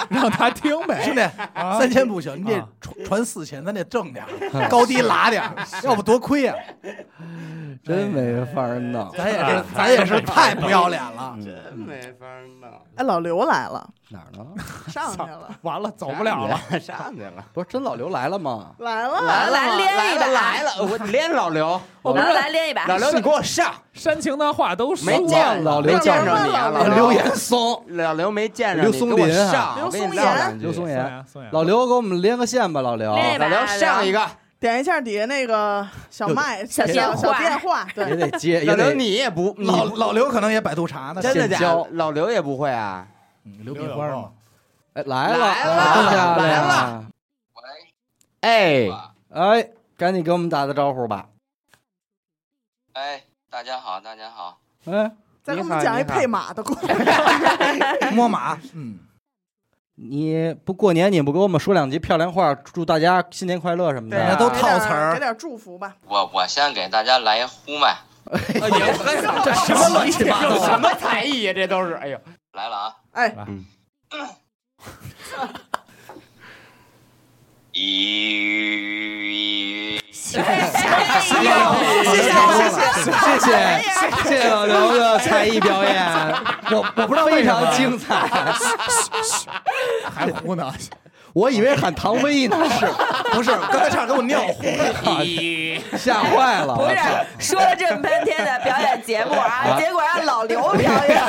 [SPEAKER 4] 让他听呗啊
[SPEAKER 10] 兄弟，三千不行，你得传传四千，咱得挣
[SPEAKER 4] *laughs*
[SPEAKER 10] 点儿，高低拉点儿，要不多亏呀。啊
[SPEAKER 5] 真没法
[SPEAKER 3] *laughs*
[SPEAKER 5] 弄，
[SPEAKER 10] 咱
[SPEAKER 4] 哎
[SPEAKER 10] 也是，咱也是太不
[SPEAKER 4] *laughs*
[SPEAKER 10] 要脸了。
[SPEAKER 5] 真
[SPEAKER 3] 没法弄，
[SPEAKER 8] 哎，老刘来了，
[SPEAKER 5] 哪
[SPEAKER 3] *laughs*
[SPEAKER 5] 儿呢？
[SPEAKER 8] 上去了，
[SPEAKER 4] 完了，走
[SPEAKER 5] 不了 *laughs* 了，上去了。不是真老刘来了吗？
[SPEAKER 8] 来
[SPEAKER 18] *laughs*
[SPEAKER 8] 了
[SPEAKER 3] 来
[SPEAKER 8] 来
[SPEAKER 3] 了，
[SPEAKER 8] 练
[SPEAKER 3] 来
[SPEAKER 8] 一
[SPEAKER 3] 了，
[SPEAKER 8] 把
[SPEAKER 3] 来了，我连老刘，
[SPEAKER 4] 我们
[SPEAKER 3] 来
[SPEAKER 4] 来练一把
[SPEAKER 3] 老刘，你给我上，
[SPEAKER 4] 煽情的话都说
[SPEAKER 3] 没见
[SPEAKER 4] 了，
[SPEAKER 3] 没见着你啊，老
[SPEAKER 5] 刘
[SPEAKER 3] 刘
[SPEAKER 5] 岩松，
[SPEAKER 3] 老刘没见着你，
[SPEAKER 5] 刘松林
[SPEAKER 3] 给我
[SPEAKER 5] 啊，
[SPEAKER 3] 上，我给你唠两句
[SPEAKER 5] 刘松岩， *laughs* 老刘给我们连个线吧，老刘，
[SPEAKER 8] 练一把
[SPEAKER 3] 老刘上一个，
[SPEAKER 8] 点一下底下那个小麦
[SPEAKER 5] 小
[SPEAKER 8] 小
[SPEAKER 5] 电话
[SPEAKER 8] 电话，对，
[SPEAKER 5] 也得接，
[SPEAKER 3] 老
[SPEAKER 5] 也
[SPEAKER 3] 刘
[SPEAKER 5] 得
[SPEAKER 3] 你也不，
[SPEAKER 10] 老
[SPEAKER 3] 你不
[SPEAKER 10] 老刘可能也百度查呢，
[SPEAKER 3] 真的假
[SPEAKER 10] 现
[SPEAKER 3] 的
[SPEAKER 10] 教？
[SPEAKER 3] 老刘也不会啊，
[SPEAKER 10] 刘壁花嘛。
[SPEAKER 5] 哎来了哎
[SPEAKER 3] 来了
[SPEAKER 5] 了
[SPEAKER 3] 来
[SPEAKER 5] 了
[SPEAKER 3] 了，
[SPEAKER 5] 喂，哎哎，赶紧给我们打个招呼吧，
[SPEAKER 19] 哎，大家好，大家好。
[SPEAKER 5] 哎，
[SPEAKER 8] 再给我们讲一配马的故事。哎
[SPEAKER 10] 摸马，嗯，
[SPEAKER 5] 你不过年你不给我们说两句漂亮话，祝大家新年快乐什么的，
[SPEAKER 8] 给点祝福吧。
[SPEAKER 19] 我我先给大家来一呼麦，
[SPEAKER 3] 哎这什么乱七八糟，什么才艺呀？这都是，哎呦，
[SPEAKER 19] 来了啊！
[SPEAKER 8] 哎，
[SPEAKER 19] 一，谢
[SPEAKER 5] 谢谢谢谢老刘的才艺表演，我我不知道非常精彩，
[SPEAKER 4] 还
[SPEAKER 3] *laughs*
[SPEAKER 4] 胡呢，
[SPEAKER 5] 我以为喊唐薇呢，是
[SPEAKER 10] 不是？刚才差点给我尿糊
[SPEAKER 5] 了， *laughs* 吓坏了，
[SPEAKER 9] 不是说了这么半天的表演节目啊，结果让老刘表演，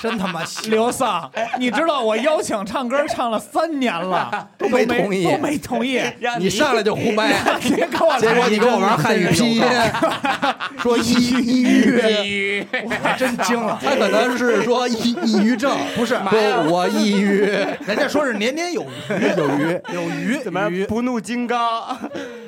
[SPEAKER 10] 真他妈
[SPEAKER 4] 刘丧，你知道我邀请唱歌唱了三年了，都没
[SPEAKER 5] 同意
[SPEAKER 4] 都没同
[SPEAKER 3] *laughs*
[SPEAKER 4] 意，
[SPEAKER 5] 你上来就呼麦啊
[SPEAKER 4] 你给我来
[SPEAKER 5] 结果
[SPEAKER 1] *laughs*
[SPEAKER 5] 你给我玩汉 *laughs* 语拼音，说抑抑
[SPEAKER 4] *laughs*
[SPEAKER 5] 郁，
[SPEAKER 10] 我真惊了。
[SPEAKER 5] 他可能是说抑抑郁症，
[SPEAKER 10] 不是
[SPEAKER 5] 说我抑郁，
[SPEAKER 10] 人家说是年年有余，
[SPEAKER 5] 有余
[SPEAKER 10] 有余，
[SPEAKER 3] 怎么不怒金刚？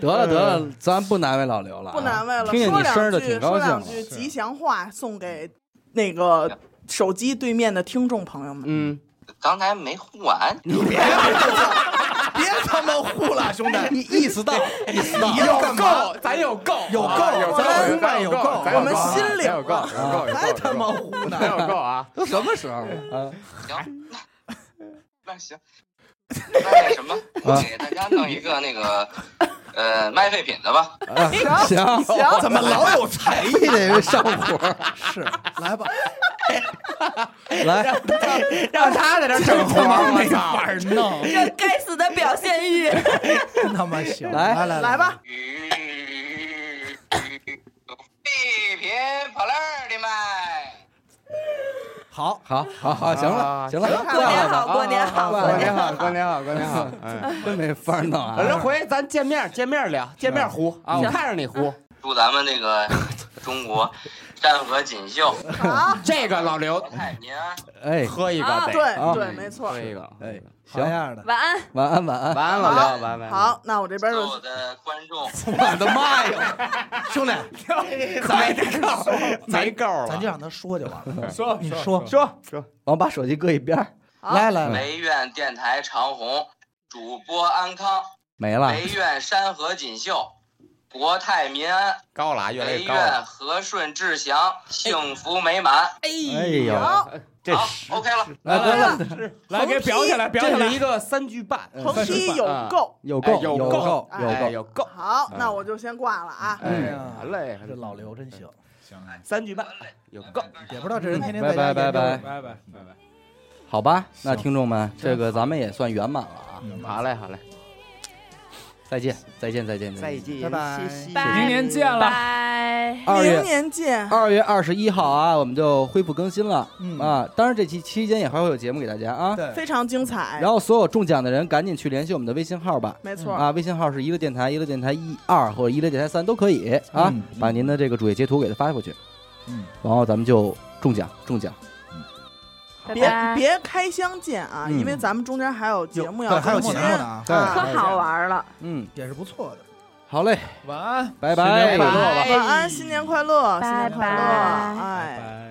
[SPEAKER 5] 得了得了，咱不难为老刘了啊，
[SPEAKER 8] 不难为了，
[SPEAKER 5] 听见
[SPEAKER 8] 说
[SPEAKER 5] 你声儿
[SPEAKER 8] 两
[SPEAKER 5] 就
[SPEAKER 8] 句，
[SPEAKER 5] 挺
[SPEAKER 8] 说
[SPEAKER 5] 高兴
[SPEAKER 8] 两
[SPEAKER 5] 了。
[SPEAKER 8] 句吉祥话送给那个手机对面的听众朋友们。
[SPEAKER 5] 嗯，
[SPEAKER 19] 刚才没呼完，
[SPEAKER 10] 别他妈护了，兄弟，
[SPEAKER 5] 你意识到，
[SPEAKER 10] 意识
[SPEAKER 3] 到
[SPEAKER 10] 有够，
[SPEAKER 3] 咱有够，
[SPEAKER 10] 有够，咱咱有够，
[SPEAKER 3] 咱有够啊咱有够咱有够有够
[SPEAKER 10] 还他妈糊呢，
[SPEAKER 3] 咱有够啊！
[SPEAKER 5] 都什么时候了？
[SPEAKER 19] 行，那那行，那那什么，
[SPEAKER 5] 啊
[SPEAKER 19] 给大家弄一个那个呃卖废品的吧。
[SPEAKER 5] 啊行
[SPEAKER 10] 行怎么老有才艺
[SPEAKER 5] 得上火？
[SPEAKER 10] 是，来吧，
[SPEAKER 5] 来，
[SPEAKER 3] 让他在这儿整活儿，我操！
[SPEAKER 10] 法弄，
[SPEAKER 9] 这该死的表现欲，
[SPEAKER 10] 真他妈行，
[SPEAKER 5] 来
[SPEAKER 10] 来来
[SPEAKER 8] 来，吧，
[SPEAKER 19] 一瓶破烂儿的卖，
[SPEAKER 10] 好，
[SPEAKER 5] 好，好，好，行了，行了，
[SPEAKER 9] 过年好过
[SPEAKER 5] 啊
[SPEAKER 9] 年好
[SPEAKER 3] 过年好，过年好，过年好。
[SPEAKER 5] 哎真没法弄
[SPEAKER 3] 反正
[SPEAKER 5] 啊！
[SPEAKER 3] 回咱见面见面聊，见面胡啊！我看着你胡， *laughs*
[SPEAKER 19] 祝咱们那个中国
[SPEAKER 20] 战和锦绣，
[SPEAKER 5] 啊
[SPEAKER 3] 这个老刘，
[SPEAKER 20] 您啊
[SPEAKER 5] 哎，
[SPEAKER 3] 喝一个
[SPEAKER 8] 啊，
[SPEAKER 3] 得
[SPEAKER 8] 对对，没错
[SPEAKER 5] 喝。一个，哎，
[SPEAKER 10] 行
[SPEAKER 5] 样
[SPEAKER 8] 晚安，
[SPEAKER 5] 晚安，晚安，
[SPEAKER 10] 晚安老
[SPEAKER 8] 好
[SPEAKER 10] 刘晚安晚安
[SPEAKER 8] 好，那我这边就
[SPEAKER 20] 我的观
[SPEAKER 3] *laughs*
[SPEAKER 20] 众，
[SPEAKER 10] 我的妈
[SPEAKER 20] *laughs*
[SPEAKER 10] 呀！兄弟，
[SPEAKER 3] 咱
[SPEAKER 10] 咱
[SPEAKER 5] 没够了
[SPEAKER 10] 咱就让他说就完
[SPEAKER 4] *laughs*
[SPEAKER 10] 了。
[SPEAKER 5] 说
[SPEAKER 10] 你
[SPEAKER 5] 说
[SPEAKER 10] 说
[SPEAKER 5] 说， *laughs* 我把手机搁一边儿，
[SPEAKER 10] 来来来，
[SPEAKER 20] 梅苑电台长虹，主播安康，
[SPEAKER 5] 没
[SPEAKER 3] 啊
[SPEAKER 5] 了。
[SPEAKER 20] 梅苑山河锦绣，国泰民安，
[SPEAKER 3] 高了啊，越来
[SPEAKER 20] 梅
[SPEAKER 3] 越高
[SPEAKER 20] 苑
[SPEAKER 3] 了。哎
[SPEAKER 20] 和顺志祥，幸福美满。
[SPEAKER 5] 哎呦，
[SPEAKER 3] 这
[SPEAKER 20] 好，OK 了，
[SPEAKER 5] 来
[SPEAKER 20] 拜拜
[SPEAKER 5] 来
[SPEAKER 20] 了。
[SPEAKER 5] 来，
[SPEAKER 3] 来给表起来，表起
[SPEAKER 16] 这
[SPEAKER 3] 来
[SPEAKER 16] 是一。个三句半，
[SPEAKER 5] 嗯
[SPEAKER 8] 横批有够，
[SPEAKER 5] *laughs* 有够，
[SPEAKER 16] 有
[SPEAKER 5] 有够，
[SPEAKER 16] 哎
[SPEAKER 5] 有
[SPEAKER 16] 有
[SPEAKER 5] 够。
[SPEAKER 16] 够，
[SPEAKER 8] 好，那我就先挂了啊。
[SPEAKER 16] 哎呀，累，
[SPEAKER 10] 这老刘真
[SPEAKER 5] 哎
[SPEAKER 10] 行，行，
[SPEAKER 16] 三句半有够，
[SPEAKER 10] 也不知道这人天天
[SPEAKER 5] 嗯拜
[SPEAKER 10] 在
[SPEAKER 5] 拜
[SPEAKER 10] 家
[SPEAKER 5] 拜
[SPEAKER 10] 研究
[SPEAKER 5] 拜
[SPEAKER 4] 拜拜拜拜。
[SPEAKER 5] 好吧，那听众们，这个咱们也算圆满了啊。
[SPEAKER 16] 好嘞好嘞，
[SPEAKER 5] 再见，再见，再见，
[SPEAKER 16] 再。见，
[SPEAKER 5] 拜拜
[SPEAKER 16] 谢谢，
[SPEAKER 4] 明年见了，
[SPEAKER 9] 拜。
[SPEAKER 5] 二
[SPEAKER 8] 明
[SPEAKER 5] 月
[SPEAKER 8] 年见，
[SPEAKER 5] 二月二十一号啊，我们就恢复更新了、
[SPEAKER 10] 嗯
[SPEAKER 5] 啊。当然，这期期间也还会有节目给大家啊。
[SPEAKER 10] 对
[SPEAKER 8] 非常精彩。
[SPEAKER 5] 然后所有中奖的人赶紧去联系我们的微信号吧。
[SPEAKER 8] 没错
[SPEAKER 5] 啊，微信号是一个电台，一个电台一二或者一个电台三都可以啊。
[SPEAKER 10] 嗯
[SPEAKER 5] 把您的这个主页截图给它发过去，
[SPEAKER 10] 嗯，
[SPEAKER 5] 然后咱们就中奖中奖。
[SPEAKER 8] 别
[SPEAKER 9] 拜拜
[SPEAKER 8] 别开箱见啊，
[SPEAKER 5] 嗯
[SPEAKER 8] 因为咱们中间还有节目要
[SPEAKER 10] 对还有
[SPEAKER 8] 更
[SPEAKER 10] 节
[SPEAKER 8] 新
[SPEAKER 10] 目呢啊
[SPEAKER 5] 对
[SPEAKER 8] 啊
[SPEAKER 9] 可好玩了，
[SPEAKER 5] 嗯，
[SPEAKER 10] 也是不错的。
[SPEAKER 5] 好嘞，
[SPEAKER 4] 晚安，
[SPEAKER 5] 拜拜，
[SPEAKER 10] 新年快乐
[SPEAKER 8] 晚安，新年快乐，新年快乐，
[SPEAKER 9] 拜拜
[SPEAKER 8] 哎。
[SPEAKER 4] 拜。